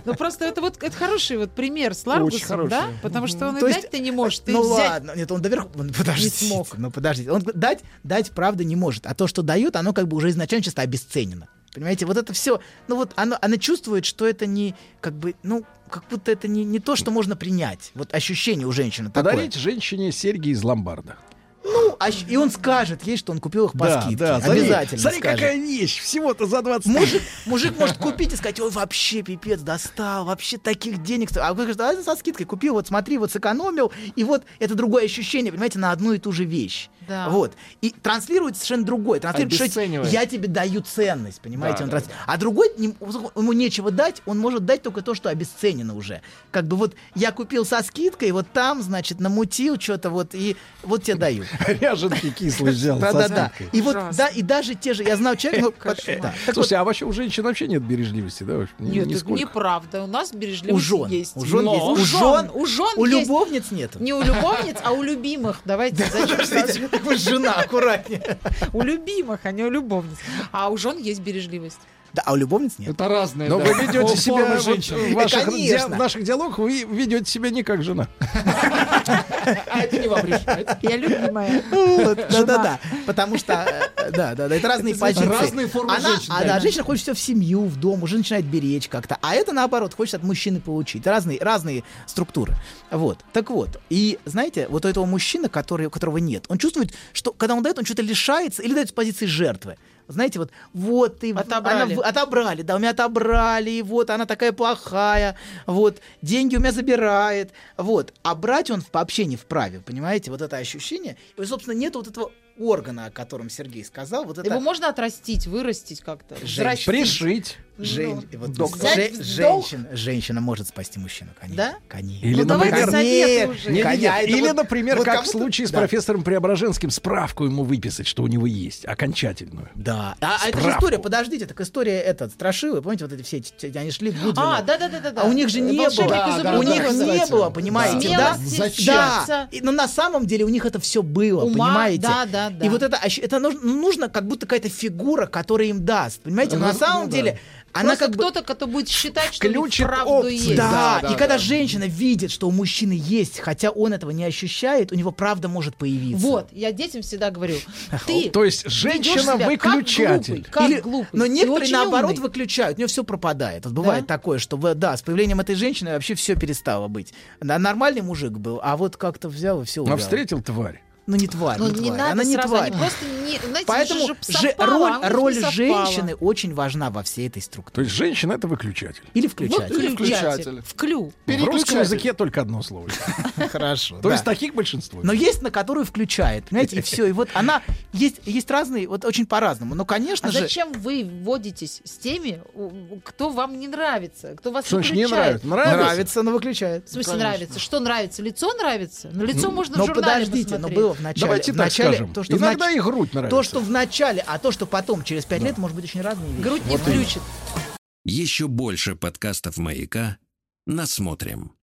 Speaker 4: Ну просто это вот это хороший вот пример с Ларгусом, да? Потому что он и
Speaker 5: То есть,
Speaker 4: дать-то не может, и
Speaker 5: ну
Speaker 4: взять.
Speaker 5: ладно, нет, он доверху, он- подождите,
Speaker 4: смог.
Speaker 5: ну подождите, он дать, дать правда не может, а то, что дают, оно как бы уже изначально часто обесценено. Понимаете, вот это все, ну вот оно, она чувствует, что это не, как бы, ну, как будто это не, не то, что можно принять. Вот ощущение у женщины такое.
Speaker 2: Подарить женщине серьги из ломбарда.
Speaker 5: Ну, а щ- и он скажет ей, что он купил их по скидке. Обязательно
Speaker 2: Смотри,
Speaker 5: скажет.
Speaker 2: какая вещь. Всего-то за 20 тысяч.
Speaker 5: Мужик, мужик может купить и сказать, ой, вообще пипец, достал, вообще таких денег. стоит». А вы говорите, а со скидкой купил, вот смотри, вот сэкономил. И вот это другое ощущение, понимаете, на одну и ту же вещь.
Speaker 4: Да.
Speaker 5: Вот. И транслирует совершенно другое. Транслирует, что
Speaker 3: Обесценивает.
Speaker 5: я тебе даю ценность, понимаете.
Speaker 3: Да,
Speaker 5: он
Speaker 3: да,
Speaker 5: транс- А другой, не- ему нечего дать, он может дать только то, что обесценено уже. Как бы вот я купил со скидкой, вот там, значит, намутил что-то, вот и вот тебе даю.
Speaker 2: Ряженки кислый взял. со
Speaker 5: Да-да-да.
Speaker 2: скидкой.
Speaker 5: И вот,
Speaker 4: Ужасно.
Speaker 5: да, и даже те же, я знаю человека, ну, под-
Speaker 4: Кошмар.
Speaker 5: да. Так вот,
Speaker 2: Слушайте, а вообще у женщин вообще нет бережливости, да? вообще? Ни-
Speaker 4: Нет, это
Speaker 2: нисколько.
Speaker 4: неправда. У нас бережливость
Speaker 5: У жен.
Speaker 4: есть.
Speaker 5: У жен
Speaker 4: Но.
Speaker 5: есть.
Speaker 4: У
Speaker 5: У
Speaker 4: жен,
Speaker 5: жен-
Speaker 4: у жен
Speaker 5: У
Speaker 4: есть.
Speaker 5: любовниц нету.
Speaker 4: Не у любовниц, а у любимых. Давайте зачем сразу?
Speaker 5: Вы жена, аккуратнее.
Speaker 4: У любимых, а не у любовниц. А у жен есть бережливость.
Speaker 5: Да, а у любовниц нет.
Speaker 8: Это разное.
Speaker 2: Но
Speaker 8: да.
Speaker 2: вы ведете
Speaker 8: Формы
Speaker 2: себя вот
Speaker 8: женщин.
Speaker 2: в, ваших,
Speaker 5: Конечно.
Speaker 2: ди- в наших диалогах вы ведете себя не как жена.
Speaker 8: А это не вам решать. Это
Speaker 4: Я любимая.
Speaker 5: Вот, Да-да-да. Потому что, э, да, да, да, это разные позиции.
Speaker 8: разные формы
Speaker 5: Она-
Speaker 8: женщин,
Speaker 5: а,
Speaker 8: да.
Speaker 5: да, женщина хочет все в семью, в дом, уже начинает беречь как-то. А это, наоборот, хочет от мужчины получить. Разные, разные структуры. Вот. Так вот. И, знаете, вот у этого мужчины, который, у которого нет, он чувствует, что когда он дает, он что-то лишается или дает с позиции жертвы. Знаете, вот, вот ты...
Speaker 4: Отобрали.
Speaker 5: она в- отобрали, да, у меня отобрали, и вот она такая плохая, вот, деньги у меня забирает, вот. А брать он вообще не вправе, понимаете, вот это ощущение. И, собственно, нет вот этого органа, о котором Сергей сказал, вот это...
Speaker 4: Его можно отрастить, вырастить как-то.
Speaker 5: Женщина.
Speaker 4: взрастить.
Speaker 2: Пришить.
Speaker 5: Жен-
Speaker 4: Ну,
Speaker 5: вот
Speaker 2: доктор.
Speaker 5: же-
Speaker 4: Взять вздох.
Speaker 5: женщина, женщина может спасти мужчину, конечно.
Speaker 4: Да?
Speaker 5: Конечно.
Speaker 2: Или,
Speaker 4: Ну, давайте
Speaker 2: например,
Speaker 4: советы
Speaker 5: Нет,
Speaker 4: уже.
Speaker 2: Не-не-не,
Speaker 5: Коня, это
Speaker 2: Или,
Speaker 5: вот-
Speaker 2: например,
Speaker 5: вот
Speaker 2: как в
Speaker 5: кому-то-
Speaker 2: случае с
Speaker 5: да.
Speaker 2: профессором Преображенским, справку ему выписать, что у него есть, окончательную.
Speaker 5: Да. А, а это же
Speaker 2: Справку.
Speaker 5: история, подождите, так история эта, страшилы, помните, вот эти все, эти- эти- они шли к Гудвину.
Speaker 4: А, да, да, да, да, да.
Speaker 5: А у них же не было.
Speaker 4: Волшебник
Speaker 8: Да,
Speaker 4: из
Speaker 8: да,
Speaker 5: у
Speaker 8: да,
Speaker 5: них
Speaker 8: да,
Speaker 5: не
Speaker 8: называется.
Speaker 5: было, понимаете, да?
Speaker 4: Смелости,
Speaker 8: Зачем?
Speaker 5: Да.
Speaker 4: сердца.
Speaker 5: И- но на самом деле у них это все было,
Speaker 4: Ума,
Speaker 5: понимаете?
Speaker 4: да, да, да.
Speaker 5: И вот это, ощ- это нужно, нужно как будто какая-то фигура, которая им даст, понимаете? Но
Speaker 8: Ну,
Speaker 5: на самом
Speaker 8: ну да.
Speaker 5: деле она
Speaker 4: Она
Speaker 5: как бы...
Speaker 4: кто-то, кто будет считать, что у них
Speaker 2: включит
Speaker 4: правду
Speaker 2: опции.
Speaker 4: есть.
Speaker 5: Да,
Speaker 8: Да,
Speaker 5: и
Speaker 8: да,
Speaker 5: когда
Speaker 8: да.
Speaker 5: женщина видит, что у мужчины есть, хотя он этого не ощущает, у него правда может появиться.
Speaker 4: Вот, я детям всегда говорю, ты
Speaker 2: То есть
Speaker 4: ведёшь
Speaker 2: женщина
Speaker 4: себя
Speaker 2: выключатель.
Speaker 4: Как глупый, как
Speaker 5: Или-
Speaker 4: глупый.
Speaker 5: Но
Speaker 4: Ты
Speaker 5: некоторые
Speaker 4: очень
Speaker 5: наоборот
Speaker 4: умный.
Speaker 5: выключают, у нее все пропадает. Вот бывает
Speaker 4: Да?
Speaker 5: такое, что вы- да, с появлением этой женщины вообще все перестало быть. Она нормальный мужик был, а вот как-то взял и все.
Speaker 2: А встретил тварь.
Speaker 5: Ну не тварь,
Speaker 4: Ну,
Speaker 5: не
Speaker 4: не
Speaker 5: тварь.
Speaker 4: надо
Speaker 5: она не
Speaker 4: сразу,
Speaker 5: тварь.
Speaker 4: они просто не, знаете,
Speaker 5: Поэтому
Speaker 4: же
Speaker 5: же-
Speaker 4: совпало,
Speaker 5: роль,
Speaker 4: а у них не
Speaker 5: роль
Speaker 4: совпало.
Speaker 5: женщины очень важна во всей этой структуре.
Speaker 2: То есть женщина это выключатель.
Speaker 5: Или
Speaker 4: Вот
Speaker 5: включать.
Speaker 4: включатель. Вклю.
Speaker 2: В русском
Speaker 8: Переключатель.
Speaker 2: языке только одно слово.
Speaker 5: Хорошо.
Speaker 2: То
Speaker 5: да.
Speaker 2: есть таких большинство.
Speaker 5: Но есть на которую включает, понимаете, и все. И вот она есть, есть разные, вот очень по-разному. Но, конечно
Speaker 4: А
Speaker 5: же,
Speaker 4: зачем вы водитесь с теми, у- у- кто вам не нравится, кто вас
Speaker 2: Что значит не
Speaker 4: выключает?
Speaker 2: нравится? Нравится.
Speaker 5: нравится, но выключает.
Speaker 4: В смысле нравится? Что нравится? Лицо нравится? На лицо можно
Speaker 5: Но
Speaker 4: в журнале
Speaker 5: ну, подождите, но
Speaker 4: посмотреть.
Speaker 5: было в начале.
Speaker 2: Давайте
Speaker 5: в
Speaker 2: так
Speaker 5: начале
Speaker 2: скажем.
Speaker 5: То, что в
Speaker 2: Иногда
Speaker 5: нач-
Speaker 2: и грудь
Speaker 5: То,
Speaker 2: нравится.
Speaker 5: что в начале, а то, что потом, через пять лет, может быть очень разные вещи.
Speaker 4: Грудь не включит.
Speaker 9: Еще больше подкастов «Маяка» насмотрим.